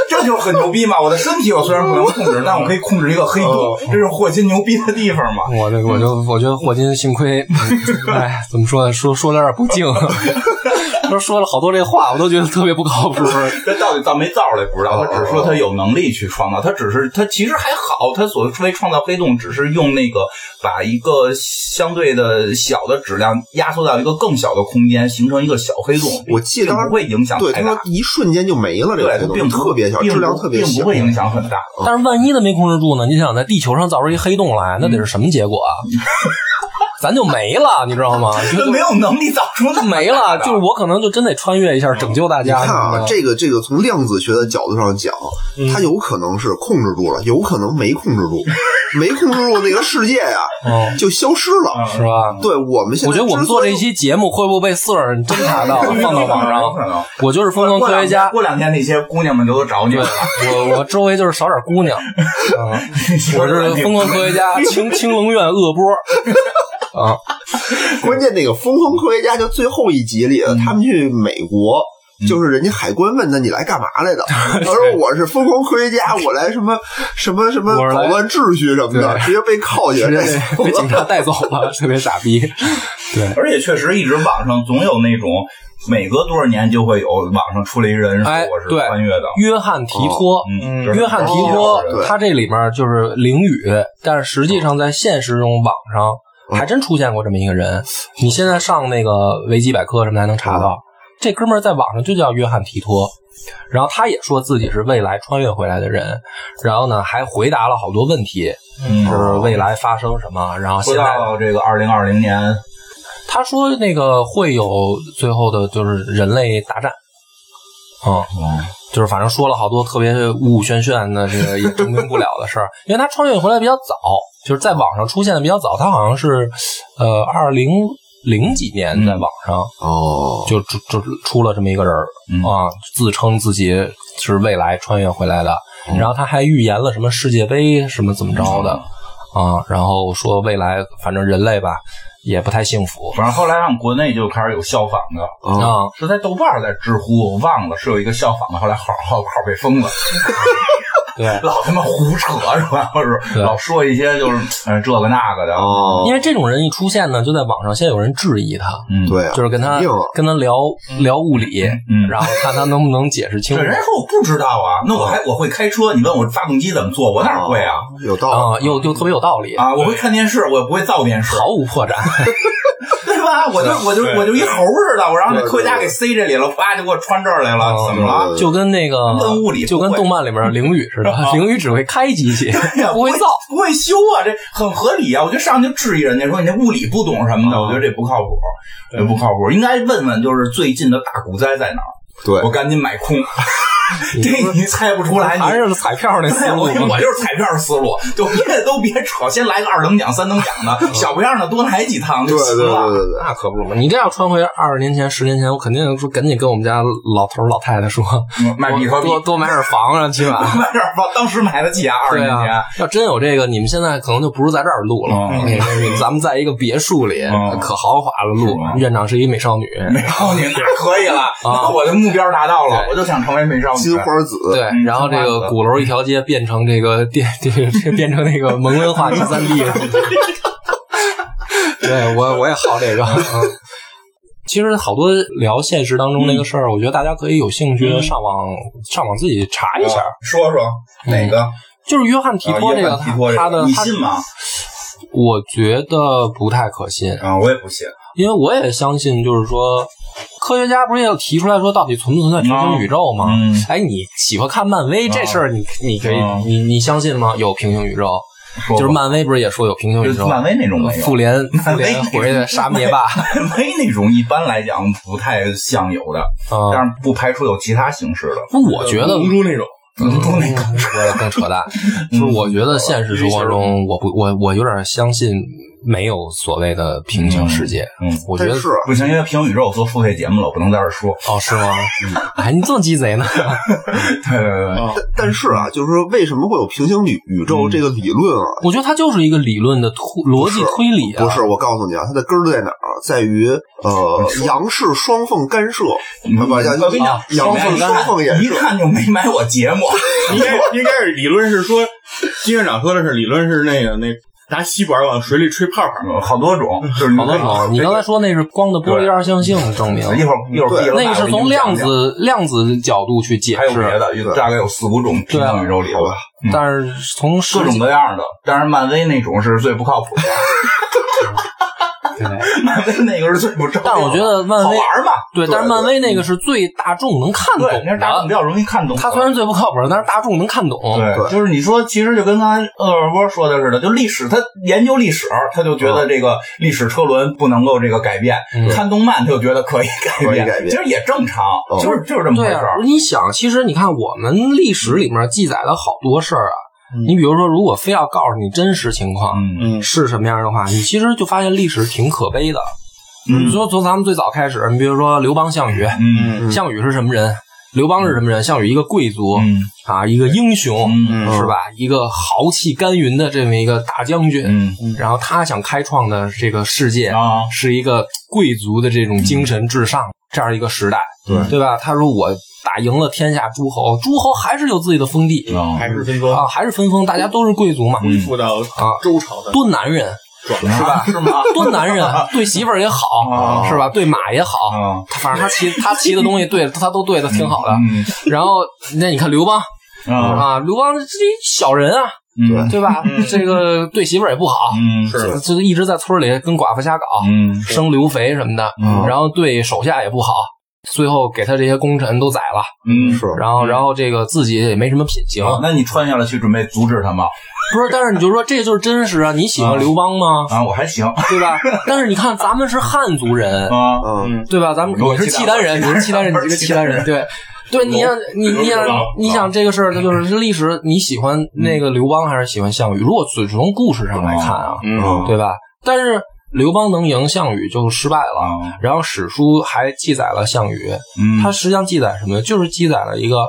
S1: 这就是很牛逼嘛！我的身体我虽然不能控制， 但我可以控制一个黑洞，这是霍金牛逼的地方
S3: 嗯
S1: 嘛。
S2: 我这我就我觉得霍金幸亏，嗯哎，怎么说呢？说说的有点不敬， 说说了好多这话，我都觉得特别不靠谱。
S1: 这到底造没造来不知道，他只是说他有能力去创造，他只是他其实还好，他所谓创造黑洞，只是用那个把一个相对的小的质量压缩到一个更小的空间，形成一个小黑洞。
S3: 我记得
S1: 并
S3: 当时
S1: 不会影响
S3: 对，
S1: 太
S3: 他
S1: 大
S3: 说，一瞬间就没了，这个
S1: 对，
S3: 黑
S1: 它
S3: 洞
S1: 并不
S3: 特别小，
S1: 并不
S3: 质量特别
S1: 并
S3: 小
S1: 不。会影响很大。
S2: 但是万一他没控制住呢？你想在地球上造出一黑洞来，那得是什么结果啊？ 咱就没了，你知道吗？就
S1: 没有能力造出那
S2: 就
S1: 么
S2: 没了，就是我可能就真得穿越一下，拯救大
S3: 你
S2: 家。
S3: 看
S2: 你知道嗯
S3: 啊
S2: 吗，
S3: 这个这个从量子学的角度上讲，它有可能是控制住了，有可能没控制 住，没控制住那个世界呀、
S2: 嗯
S3: 就消失了。
S2: 是吧？
S3: 对我们
S2: 嗯
S3: 现
S2: 我
S3: 在
S2: 觉
S3: 之所以，
S2: 得我们做这期节目会不会被四儿侦查 到， 放到网
S1: 有可
S2: 上？
S1: 能
S2: 我就是疯狂
S1: 过
S2: 科
S1: 两
S2: 学
S1: 天
S2: 家，
S1: 过两天那些姑娘们就都找你
S2: 对
S1: 了。
S2: 我我周围就是少点姑娘，嗯， 我是疯狂科学家，青青龙院恶波。啊，
S3: 关键那个疯狂科学家就最后一集里，
S2: 嗯
S3: 他们去美国。就是人家海关问他你来干嘛 来的，他说我是疯狂科学家，我来什么什么什么
S2: 我是来
S3: 捣乱秩序什么的，
S2: 对
S3: 直接被铐起来
S2: 直接
S3: 带走
S2: 被被
S3: 了。
S2: 警察带走了，特别傻逼。对，
S1: 而且确实一直网上总有那种，每隔多少年就会有网上出来一人说
S2: 哎
S1: 我是
S2: 对
S1: 穿越的，
S2: 约翰提托，
S1: 嗯，就是
S2: 约翰提
S3: 哦
S2: 托
S3: 对，
S2: 他这里面就是淋雨，但是实际上
S1: 哦
S2: 在现实中网上
S1: 嗯
S2: 还真出现过这么一个人。你现在上那个维基百科什么还能查
S1: 嗯
S2: 到，这哥们儿在网上就叫约翰提托，然后他也说自己是未来穿越回来的人，然后呢还回答了好多问题，就
S1: 嗯，
S2: 是未来发生什么，然后
S1: 说
S2: 现在
S1: 到这个二零二零年，
S2: 他说那个会有最后的就是人类大战，嗯。就是反正说了好多特别雾雾炫炫的，这个也证明不了的事儿。因为他穿越回来比较早，就是在网上出现的比较早，他好像是呃二零零几年在网上
S3: 哦，
S2: 就出就出了这么一个人儿
S1: 嗯
S2: 啊，自称自己是未来穿越回来的，然后他还预言了什么世界杯什么怎么着的啊，然后说未来反正人类吧也不太幸福
S1: 反正后来让国内就开始有效仿的，
S3: 哦
S2: 啊。
S1: 是在豆瓣儿在知乎，我忘了是有一个效仿的，后来好好号被封了，
S2: 对，
S1: 老他妈胡扯是吧？或者
S2: 对
S1: 老说一些就是嗯这个那个的，
S3: 哦
S2: 因，为这种人一出现呢，就在网上先有人质疑他，
S1: 嗯，
S3: 对啊，
S2: 就是跟他
S3: 肯定啊
S2: 跟他聊聊物理，
S1: 嗯
S2: 然后看他能不能解释清
S1: 这
S2: 楚
S1: 人家说我不知道啊，那我还我会开车，你问我发动机怎么做，我哪会啊？
S3: 有道理。
S2: 啊，又又特别有道理，
S1: 啊，我会看电视，我也不会造电视，
S2: 毫无破绽。
S1: 对 吧？我就我就我就一猴似的，我让那
S3: 对对
S1: 科学家给塞这里了，啪就给我穿这儿来了，怎么了？
S2: 就跟那个
S1: 跟物理不会
S2: 就跟动漫里面淋雨似的， 淋雨只会开机器，
S1: 哎呀
S2: 不会造。
S1: 不会修啊，这很合理啊！我就上去质疑人家说你这物理不懂什么的，我觉得这不靠谱，这不靠谱，应该问问就是最近的大股灾在哪儿，
S3: 对
S1: 我，赶紧买 空。这你猜不出来，你
S2: 还是彩票 那思
S1: 对，哎
S2: 路
S1: 我跟你
S2: 吗
S1: 我？就是彩票思路，就别都别扯，先来个二等奖、三等奖 的，小不样儿的多来几趟
S3: 对
S1: 就
S3: 对
S1: 行
S3: 对
S1: 了。
S3: 对对，
S2: 那可不是嘛！你这要穿回二十年前、十年前，我肯定说赶紧跟我们家老头儿老太太说，
S1: 嗯买比特币，
S2: 多多买点房啊，起 码。
S1: 买点儿吧，当时买得起啊，二十
S2: 对
S1: 年前。
S2: 啊，要真有这个，你们现在可能就不是在这儿录了。
S1: 嗯
S2: 我跟你说咱们在一个别墅里，
S1: 嗯
S2: 可豪华了录
S1: 是吗。
S2: 院长是一美少女，
S1: 美少女那可以
S2: 啊
S1: 了，那我的目标达到了，我就想成为美少女。
S3: 金花子，
S2: 对，
S1: 嗯
S2: 然后这
S1: 挺好
S2: 个
S1: 的
S2: 鼓楼一条街变成这个 电电这变成那个蒙文化第三 地了。对我我也好这个。 嗯其实好多聊现实当中那个事
S1: 嗯
S2: 儿，我觉得大家可以有兴趣上网上网自己查一下。
S1: 啊说说哪个？
S2: 嗯就是约翰提
S1: 啊
S2: 托这
S1: 哦约
S2: 个，
S1: 翰提托这
S2: 他的
S1: 你
S2: 他
S1: 信吗？
S2: 我觉得不太可信，
S1: 啊，我也不信。
S2: 因为我也相信，就是说，科学家不是也有提出来说，到底存不存在平行宇宙吗？
S1: 嗯啊
S2: 哎，你喜欢看漫威、这事儿，你你可以，
S1: 嗯
S2: 你你相信吗？有平行宇宙，
S1: 说吧
S2: 就是漫威不是也说有平行宇
S1: 就是
S2: 宙？
S1: 漫威那种没有，
S2: 复联复
S1: 漫威
S2: 联回去杀灭 霸，
S1: 漫威那种一般来讲不太像有的，
S2: 嗯，
S1: 但是不排除有其他形式的。
S2: 不，我觉得
S4: 龙珠那种，
S1: 龙珠那个嗯
S2: 嗯更扯淡。就是我觉得现实生活中，我不，我我有点相信没有所谓的平行世界。
S1: 嗯嗯
S2: 我觉
S3: 但
S2: 得
S3: 是
S1: 不行，因为平行宇宙我做付费节目了，我不能在这儿说。
S2: 哦，是吗？哎，你这么鸡贼呢？
S1: 对对对对，
S3: 但但是啊，就是说为什么会有平行宇宇宙这个理论啊？
S2: 我觉得它就是一个理论的推逻辑推理啊。
S3: 不是，我告诉你啊，它的根儿在哪儿啊？在于呃，杨氏双缝干涉，啊
S1: 嗯
S3: 不叫
S1: 我跟你讲
S3: 杨
S2: 双
S3: 氏
S2: 缝干
S3: 双缝衍
S1: 一
S3: 射。
S1: 看就没买我节 目。
S4: 应该应该是理论是说，金院长说的是理论是那个那拿吸管往水里吹泡泡，嗯
S1: 好多种，就是你
S2: 好
S1: 嗯可
S2: 多
S1: 以嗯
S2: 种，你刚才说那是光的波粒二象性证明，
S1: 一会儿一会儿
S3: 对
S1: 毕业了
S2: 那个是从量，子量子角度去解
S1: 还有别
S2: 释，
S1: 的，有大概有四五种平行宇宙理论，
S2: 啊
S1: 嗯
S2: 但是从实
S1: 各种
S2: 际
S1: 各样的。但是漫威那种是最不靠谱的， 漫威
S2: 对
S1: 那个是最不正。
S2: 但我觉得漫
S1: 好
S2: 威
S1: 玩嘛，
S2: 对，但是漫威那个是最大众能看懂
S1: 嗯对，那是大众比
S2: 的。
S1: 较容易看懂的。
S2: 它虽然最不靠谱，但是大众能看懂。啊
S1: 对，
S3: 对
S1: 就是你说，其实就跟刚才鄂尔波说的似的，就历史，他研究历史，他就觉得这个历史车轮不能够这个改变；
S2: 嗯
S1: 看动漫，他就觉得可以改变，
S3: 可以改变
S1: 其实也正常，
S3: 嗯
S1: 就是就是这么回
S2: 对
S1: 事
S2: 啊
S1: 儿，。
S2: 你想，其实你看我们历史里面记载了好多事儿啊。你比如说，如果非要告诉你真实情况
S1: 嗯
S2: 是什么样的话，你其实就发现历史挺可悲的。你说从咱们最早开始，你比如说刘邦、项羽，
S1: 嗯
S3: 嗯
S2: 项羽是什么人？刘邦是什么人？项羽一个贵族
S1: 嗯
S2: 啊，一个英雄
S1: 嗯
S2: 是吧？一个豪气干云的这么一个大将军。
S1: 嗯
S2: 然后他想开创的这个世界
S1: 啊，嗯
S2: 是一个贵族的这种精神至上这样一个时代，
S1: 对
S2: 对吧？他说我打赢了天下诸侯，诸侯还是有自己的封地
S1: 嗯
S4: 还是分割
S2: 啊，还是分封，大家都是贵族嘛。
S1: 嗯
S4: 复到
S2: 啊
S4: 周朝的
S2: 多男人
S1: 是吧？是 吗？
S2: 多男人，对媳妇儿也好，
S1: 啊
S2: 是吧？对马也好，
S1: 啊，
S2: 他反正他骑他骑的东西对他都对的挺好的。
S1: 嗯
S2: 然后那你看刘邦
S1: 啊，
S2: 啊，刘邦这一小人啊，
S1: 嗯
S2: 对吧？ 这个对媳妇儿也不好，
S1: 嗯
S4: 是
S2: 就就一直在村里跟寡妇瞎搞，
S1: 嗯
S2: 生刘肥什么的，
S1: 嗯
S2: 然后对手下也不好，最后给他这些功臣都宰了，
S1: 嗯
S3: 是。
S2: 然后然后这个自己也没什么品行，
S1: 那你穿下来去准备阻止他吗？
S2: 不是？但是你就说这就是真实啊！你喜欢刘邦吗？
S1: 啊，我还行
S2: 对吧？但是你看咱们是汉族人，
S1: 啊，
S3: 嗯，
S2: 对吧？咱们
S1: 我
S2: 你是
S1: 契
S2: 契
S1: 丹
S2: 丹人，你是契丹人，
S1: 我
S2: 你
S1: 是
S2: 是个
S1: 契
S2: 契
S1: 丹
S2: 丹
S1: 人
S2: 人，对。对，你想，你你想
S4: 刘邦，
S2: 你想这个事儿，它就是历史，你喜欢那个刘邦还是喜欢项羽？如果只从故事上来看啊，
S4: 嗯
S2: 对吧？但是刘邦能赢，项羽就失败了。
S1: 啊，
S2: 然后史书还记载了项羽，
S1: 嗯
S2: 他实际上记载什么？就是记载了一个，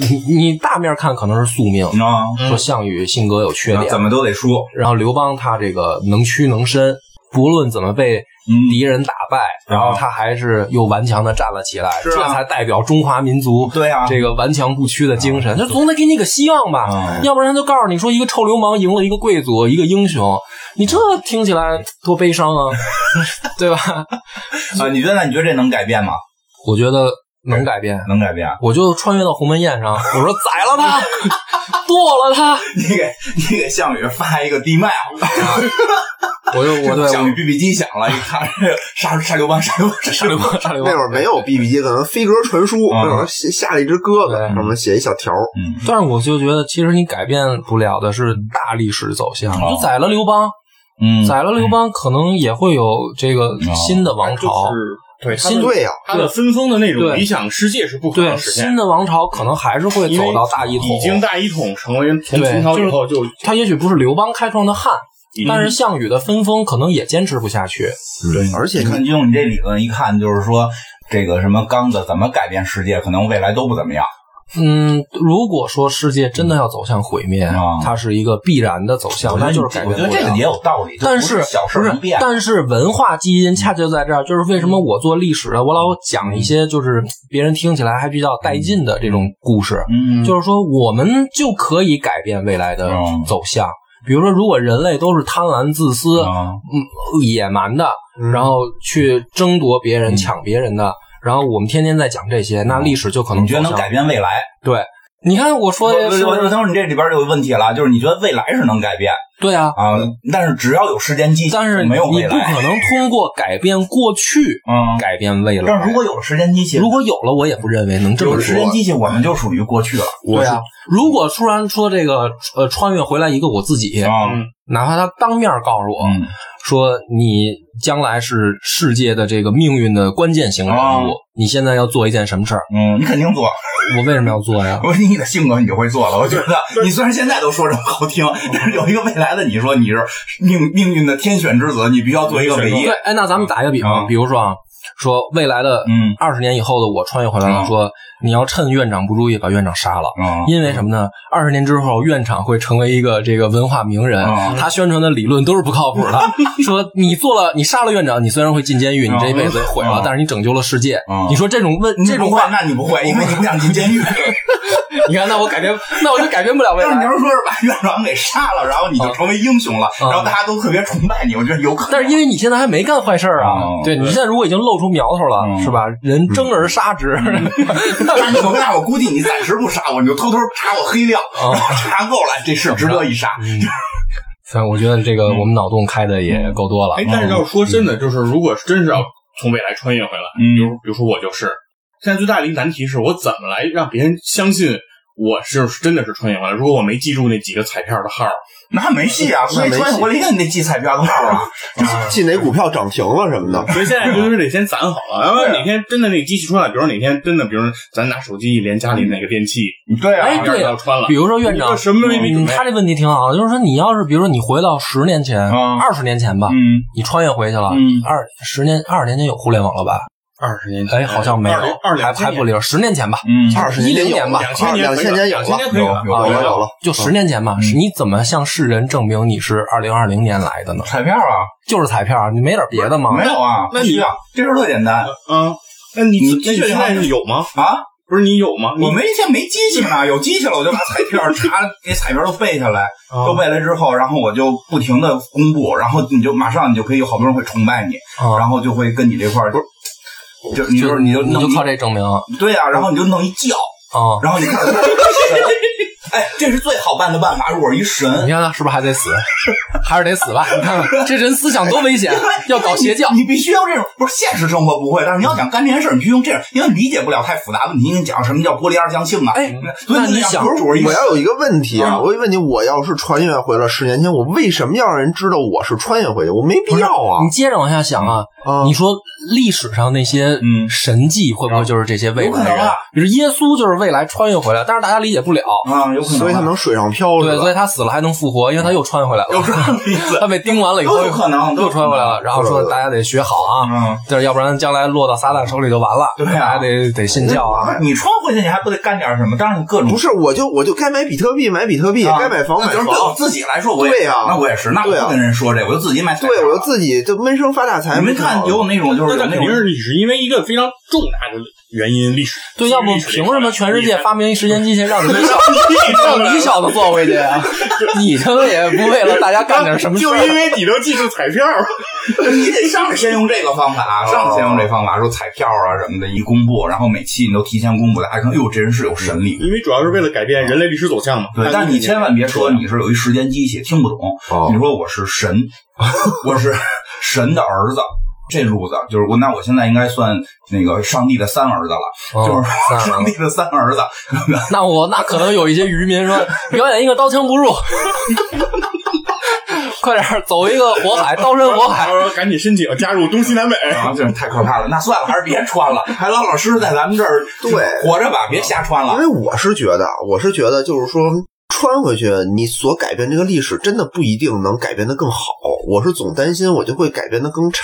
S2: 你你大面看可能是宿命，
S1: 啊，
S2: 说项羽性格有缺点
S1: 怎，么都得输，
S2: 然后刘邦他这个能屈能伸，不论怎么被
S1: 嗯
S2: 敌人打败，然后
S1: 啊
S2: 他还是又顽强的站了起来，
S1: 啊
S2: 这才代表中华民族
S1: 对啊，
S2: 这个顽强不屈的精神，就总得给你个希望吧，
S1: 啊
S2: 要不然就告诉你说一个臭流氓赢了一个贵族，一个英雄，你这听起来多悲伤啊， 对吧？
S1: 啊，你觉得你觉得这能改变吗？
S2: 我觉得能改变，
S1: 能改变。啊
S2: 我就穿越到鸿门宴上，我说宰了他，剁了他，
S1: 你给你给项羽发一个 D map，
S2: 我就我 对
S1: 项羽 BB 机响了，一 看杀杀刘邦，杀刘邦，杀
S2: 上流氓上流
S3: 那
S2: 氓
S3: 会。儿没有 BB 机，可能飞鸽传书，
S1: 啊
S3: 那会儿写下了一只鸽子，
S2: 对
S3: 上面写一小条儿。
S1: 嗯
S2: 但是我就觉得，其实你改变不了的是大历史走向。
S1: 哦
S2: 就宰了刘邦，
S1: 嗯
S2: 宰了刘邦，可能也会有这个新的王朝
S4: 啊哎就。是对他
S2: 新
S4: 的
S3: 对呀，
S4: 他的分封的那种
S2: 对
S4: 理想世界是不可
S2: 对，
S4: 能实现
S2: 新。的王朝可能还是会
S4: 因为
S2: 走到大一统。
S4: 已经大一统成为从
S2: 对
S4: 秦朝以后就
S2: 他也许不是刘邦开创的汉，
S4: 已经
S2: 但是项羽的分封可能也坚持不下去。
S1: 对
S3: 而且
S1: 你看，就用你这理论一看，就是说这个什么刚子怎么改变世界，可能未来都不怎么样。
S2: 嗯，如果说世界真的要走向毁灭，
S1: 啊
S2: 它是一个必然的走向，那就是改
S1: 我
S2: 变
S1: 觉得
S2: 不
S1: 这个也
S2: 了。
S1: 有道理，就
S2: 但
S1: 不是小事
S2: 不是
S1: 能变，。
S2: 但是文化基因恰恰就在这儿，就是为什么我做历史的，
S1: 嗯
S2: 我老讲一些就是别人听起来还比较带劲的这种故事，
S1: 嗯，
S2: 就是说我们就可以改变未来的
S1: 嗯
S2: 走向。比如说，如果人类都是贪婪、自私、
S1: 嗯
S2: 嗯野蛮的，
S3: 嗯
S2: 然后去争夺别人、抢别人的，然后我们天天在讲这些，那历史就可
S1: 嗯
S2: 能
S1: 你觉得
S2: 走
S1: 能
S2: 向
S1: 改变未来？
S2: 对。你看我说
S1: 我
S2: 的是
S1: 我我等会儿你这里边就有问题了，就是你觉得未来是能改变
S2: 对啊，
S1: 啊，但是只要有时间机器，
S2: 但是
S1: 没有
S2: 你
S1: 未
S2: 不
S1: 来。
S2: 可能通过改变过去
S1: 嗯，
S2: 改变未来。
S1: 但是如果有了时间机器，
S2: 如果有了，我也不认为能这
S1: 有
S2: 么
S1: 了时
S2: 说
S1: 间。机器，我们就属于过去了。
S2: 对啊，如果突然说这个呃穿越回来一个我自己，
S1: 啊，
S4: 嗯
S2: 哪怕他当面告诉我
S1: 嗯，
S2: 说你将来是世界的这个命运的关键型人物
S1: 哦，
S2: 你现在要做一件什么事儿？
S1: 嗯，你肯定做。
S2: 我为什么要做呀？
S1: 我说你的性格你就会做了，我觉得你虽然现在都说这么好听，但是有一个未来的你说你是命命运的天选之子，你必须要做一个唯一
S2: 对。，哎，那咱们打一个比
S1: 嗯
S2: 方，比如说啊，说未来的
S1: 嗯
S2: 二十年以后的我穿越回来了，
S1: 嗯
S2: 说你要趁院长不注意把院长杀了。
S1: 啊
S2: 因为什么呢？二十年之后，院长会成为一个这个文化名人，
S1: 嗯
S2: 他宣传的理论都是不靠谱 的。说你做了，你杀了院长，你虽然会进监狱，你这一辈子也毁了，
S1: 嗯
S2: 但是你拯救了世界。
S1: 嗯
S2: 你说这种问这
S1: 这种
S2: 种
S1: 话
S2: 话，
S1: 那你不会，因为你不想进 监狱。
S2: 你看，那我改变，那我就改变不了未
S1: 但是你
S2: 来。
S1: 要是说是把院长给杀了，然后你就成为英雄了，
S2: 嗯
S1: 然后大家都特别崇拜你，我觉得有可能。
S2: 但是因为你现在还没干坏事儿啊，
S1: 嗯
S2: 对你现在如果已经露出苗头了，
S1: 嗯
S2: 是吧？人争而杀之，
S1: 但是你那我估计你暂时不杀我，你就偷偷查我黑料，
S2: 嗯
S1: 然后 查够了，这是值得一杀。
S2: 嗯，反正我觉得这个我们脑洞开的也够多了。
S4: 哎，但是要说真的，就是如果真是要从未来穿越回来，
S1: 嗯
S4: 比如比如说我就是，现在最大的一个难题是我怎么来让别人相信我是真的是穿越回来？如果我没记住那几个彩票的号，
S1: 那没戏啊，所以穿越回来也得记彩票的号啊。
S3: 进哪股票涨停了什么的，
S4: 所以现在就是得先攒好了，然后哪天真的那个机器出来，比如哪天真的，比如咱拿手机一连家里哪个电器，
S1: 对啊，
S2: 哎，
S4: 哪儿
S2: 对
S4: 要穿了，
S2: 比如说院长
S4: 你这什么都没准
S2: 嗯
S4: 备
S2: 他这问题挺好的，就是说你要是比如说你回到十年前、
S1: 嗯
S2: 二十年前吧，
S1: 嗯
S2: 你穿越回去了，
S1: 嗯
S2: 二十年、二十年前有互联网了吧？
S4: 二十年前，
S2: 哎，好像没有
S4: 二零，二
S2: 还
S4: 两
S2: 还
S4: 千
S2: 不
S4: 年，
S2: 灵，十年前吧，
S1: 嗯
S3: 二十年
S2: 10
S3: 有
S2: 年吧
S3: 了，
S4: 2000年
S3: 两千年有
S4: 2000
S3: 了，
S4: 年可以
S1: 有
S4: 了。
S1: 有啊
S3: 有
S1: 有
S3: 了有了，
S2: 就十年前吧。是你怎么向世人证明你是二零二零年来的呢？
S1: 彩票啊，
S2: 就是彩票啊，你没点别的吗？
S1: 没有啊，
S4: 那
S1: 不需
S4: 你
S1: 要这事儿特简单
S4: 嗯，那你
S1: 你
S4: 那你现在是有吗？
S1: 啊。
S4: 不是你有吗？你
S1: 我没现在没机器 呢，有机器了我就把彩票查给彩票都背下来，
S4: 啊
S1: 都背来之后，然后我就不停的公布，然后你就马上你就可以有好多人会崇拜你，
S2: 啊，
S1: 然后就会跟你这块儿就你
S2: 就
S1: 就你就
S2: 你
S1: 弄
S2: 就
S1: 一
S2: 靠这证明啊。
S1: 对啊，然后你就弄一觉，然后你看，哎，这是最好办的办法，如果是一神，
S2: 你看他是不是还得死？ 还是得死吧？你看看这人思想多危险， 要搞邪教。
S1: 你必须要这种，不是现实生活不会，但是你要想干这件事儿，你必须用这样，因为理解不了太复杂问题。你讲什么叫玻璃二象性啊？
S2: 哎
S1: 所以
S2: 那你
S1: 想
S2: 想
S1: 不 是主一
S3: 我要有一个问题啊，
S1: 嗯
S3: 我有一个问题，我要是穿越回了十年前，我为什么要让人知道我是穿越回去？我没必要啊
S2: 你接着往下想啊，
S3: 啊！
S2: 你说历史上那些
S1: 嗯
S2: 神迹会不会就是这些未
S1: 有可
S2: 来
S1: 能
S2: 的人
S1: 啊？
S2: 比如耶稣就是未来穿越回来，但是大家理解不了，
S1: 啊，有可能，
S3: 所以他能水上漂
S2: 对，
S3: 是
S2: 所
S3: 吧？
S2: 以他死了还能复活，因为他又穿越回来
S1: 有
S2: 了。
S1: 这样的意思
S2: 他，被钉完了以后
S1: 都有可能都有
S2: 又
S1: 可能
S2: 穿回来了，然后说
S3: 对对对
S2: 大家得学好 啊，
S1: 嗯。
S2: 这要不然将来落到撒旦手里就完了。
S1: 对啊
S2: 大家得得信教啊。
S1: 你穿回去，你还不得干点什么？当然，各种
S3: 不是，我就我就该买比特币买比特币，
S1: 啊
S3: 该买房买
S1: 就是对我
S3: 房，
S1: 自己来说，我也
S3: 对啊
S1: 那我也是，那我
S3: 对啊
S1: 不跟人说这，我就自己买彩票。
S3: 对我就自己就闷声发大财。
S1: 你们
S3: 不挺好
S1: 看
S3: 的
S1: 有那种就是
S4: 那
S1: 有
S4: 肯
S1: 那
S4: 定
S1: 种
S4: 是历史，因为一个非常重大的原因，历史
S2: 对，要不
S4: 历史
S2: 凭什么全世界发明一时间机器让你们
S4: 让
S2: 让你小子坐回去啊？ 你他妈也不为了大家干点什么事
S4: 就
S2: 儿
S4: 因为你能记住彩票，
S1: 你得上来先用这个方法，啊上来先用这方法，说彩票啊什么的，一公布，然后每期你都提前公布，大家看，哟，这人是有神力。
S4: 因为主要是为了改变人类历史走向嘛。
S1: 对，但你千 万别说你是有一时间机器，听不懂。
S3: 哦
S1: 你说我是神，我是神的儿子，这路子就是我。那我现在应该算那个上帝的三儿子了，就
S2: 嗯那
S1: 是上帝的三儿子。
S2: 那我那可能有一些渔民说，表演一个刀枪不入， 快点儿走一个火海，刀山火海。
S4: 然后赶紧申请加入东西南北。
S1: 啊，这太可怕了！那算了，还是别穿了，还老老实实在咱们这儿
S3: 对
S1: 活着吧，别瞎穿
S3: 因
S1: 了。
S3: 为我是觉得，我是觉得就是说。穿回去，你所改变这个历史，真的不一定能改变得更好。我是总担心我就会改变得更差。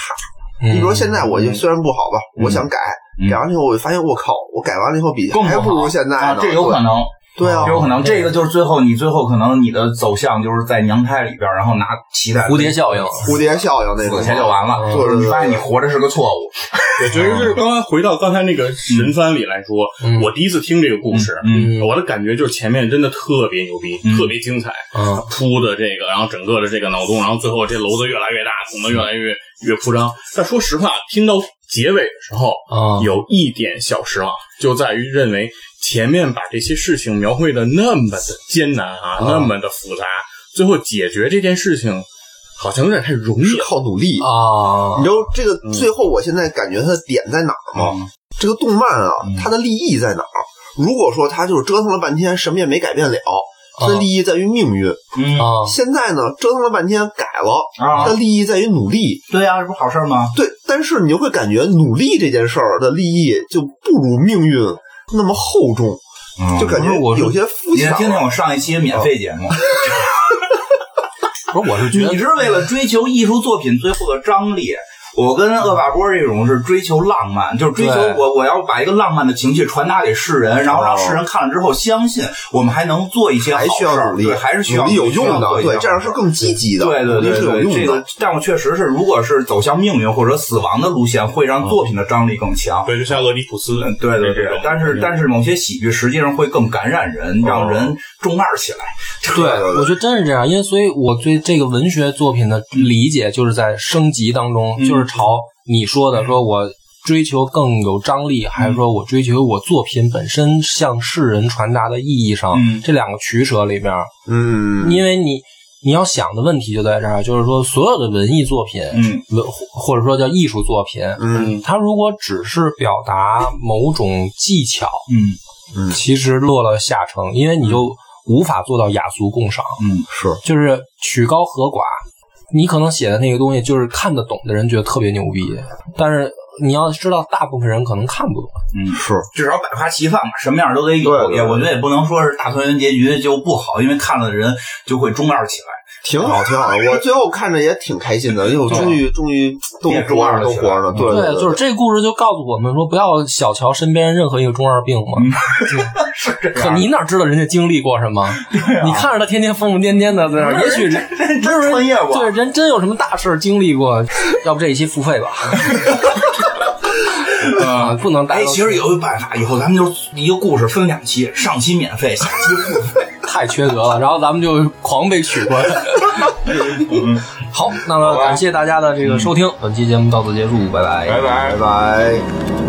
S3: 你比如说现在，我就虽然不好吧，我想改，
S1: 嗯
S3: 改完了以后，我发现我靠，我改完了以后比
S1: 更不
S3: 还不
S1: 好
S3: 如现在
S1: 啊
S3: 呢。，
S1: 这有可能，哦
S3: 对啊
S1: 这，有可能。这个就是最后你最后可能你的走向就是在娘胎里边，然后拿脐带
S2: 蝴蝶效应，
S3: 蝴蝶效应那种，
S1: 死前就完了，
S2: 嗯
S1: 就是你发现你活着是个错误。
S4: 我觉得就是刚刚回到刚才那个神番里来说，
S2: 嗯
S4: 我第一次听这个故事，
S2: 嗯
S4: 我的感觉就是前面真的特别牛逼，
S1: 嗯
S4: 特别精彩，
S2: 嗯
S4: 铺的这个，然后整个的这个脑洞，然后最后这楼子越来越大，捅得越来越越铺张。但说实话，听到结尾的时候
S2: 啊，
S4: 有一点小失望，就在于认为前面把这些事情描绘的那么的艰难
S2: 啊
S4: 啊，那么的复杂，最后解决这件事情好像有点太容易
S3: 是
S4: 了。
S3: 靠努力。
S2: 啊
S3: 你知道这个
S4: 嗯
S3: 最后，我现在感觉它的点在哪儿吗？这个动漫啊
S1: 嗯，
S3: 它的利益在哪儿？如果说它就是折腾了半天，什么也没改变了，它
S1: 啊
S3: 的利益在于命运。
S1: 嗯
S2: 啊
S3: 现在呢，折腾了半天改了，它
S1: 啊
S3: 的，利益在于努力。
S1: 对啊呀、这不是好事儿吗？
S3: 对，但是你就会感觉努力这件事儿的利益就不如命运那么厚重，
S1: 嗯
S3: 就感觉
S2: 不是我是
S3: 有些肤
S1: 你
S3: 浅
S1: 先
S3: 了。
S1: 听听我上一期免费节 目，
S2: 不是，我是觉
S1: 你
S2: 得
S1: 是为了追求艺术作品最后的张力。我跟恶霸波这种是追求浪漫，就是追求
S2: 对
S1: 我我要把一个浪漫的情绪传达给世人，然后让世人看了之后相信我们还能做一些好
S3: 还
S1: 事儿，
S3: 需要努力，
S1: 对，还是需要
S3: 努力有用的，对，这样是
S1: 更。
S3: 更积极的，
S1: 对对
S3: 努力
S1: 对
S3: 是有
S1: 对，这
S3: 用
S1: 个
S3: 的。，
S1: 但我确实是，如果是走向命运或者死亡的路线，会让作品的张力更强。
S4: 对，就像俄狄浦斯
S1: 嗯，对对
S4: 这
S1: 对
S4: 种，
S1: 但是但是某些喜剧实际上会更感染人，让人中二起来。
S2: 对
S3: 对对，
S2: 我觉得真是这样，因为所以我对这个文学作品的理解就是在升级当中，
S1: 嗯
S2: 就是朝你说的，说我追求更有张力，
S1: 嗯
S2: 还是说我追求我作品本身向世人传达的意义上，
S1: 嗯
S2: 这两个取舍里边，
S3: 嗯，
S2: 因为你你要想的问题就在这儿，啊就是说所有的文艺作品，
S1: 嗯
S2: 文或者说叫艺术作品，
S3: 嗯
S2: 它如果只是表达某种技巧，
S1: 嗯
S2: 其实落了下乘，因为你就无法做到雅俗共赏。
S1: 嗯
S3: 是
S2: 就是曲高和寡。你可能写的那个东西，就是看得懂的人觉得特别牛逼，但是你要知道，大部分人可能看不懂。
S1: 嗯，
S3: 是，
S1: 至少百花齐放吧，什么样都得
S3: 对
S1: 有。
S3: 对
S1: 也
S3: 对
S1: 我觉得也不能说是大团圆结局就不好，因为看了的人就会中二起来。
S3: 挺好，挺好的。我最后看着也挺开心的，因为我终于终于都
S1: 变中
S3: 活
S1: 二
S3: 着，
S1: 了
S3: 都
S1: 起
S3: 活
S1: 来
S3: 着，对
S2: 对
S3: 对，
S2: 就是这个故事就告诉我们说，不要小瞧身边任何一个中二病嘛。
S1: 是这
S2: 可
S1: 样，
S2: 你哪知道人家经历过什么？你看着他天天疯疯癫癫的在那儿，也许人
S1: 真真穿越过
S2: 对，人真有什么大事儿经历过。要不这一期付费吧？啊，不能带
S1: 哎，
S2: 到
S1: 其实有一办法，以后咱们就一个故事分两期，上期免费，下期付费。
S2: 太缺德了，然后咱们就狂被取关。好，那么感谢大家的这个收听，本期节目到此结束，拜拜。
S4: 拜拜。
S3: 拜拜。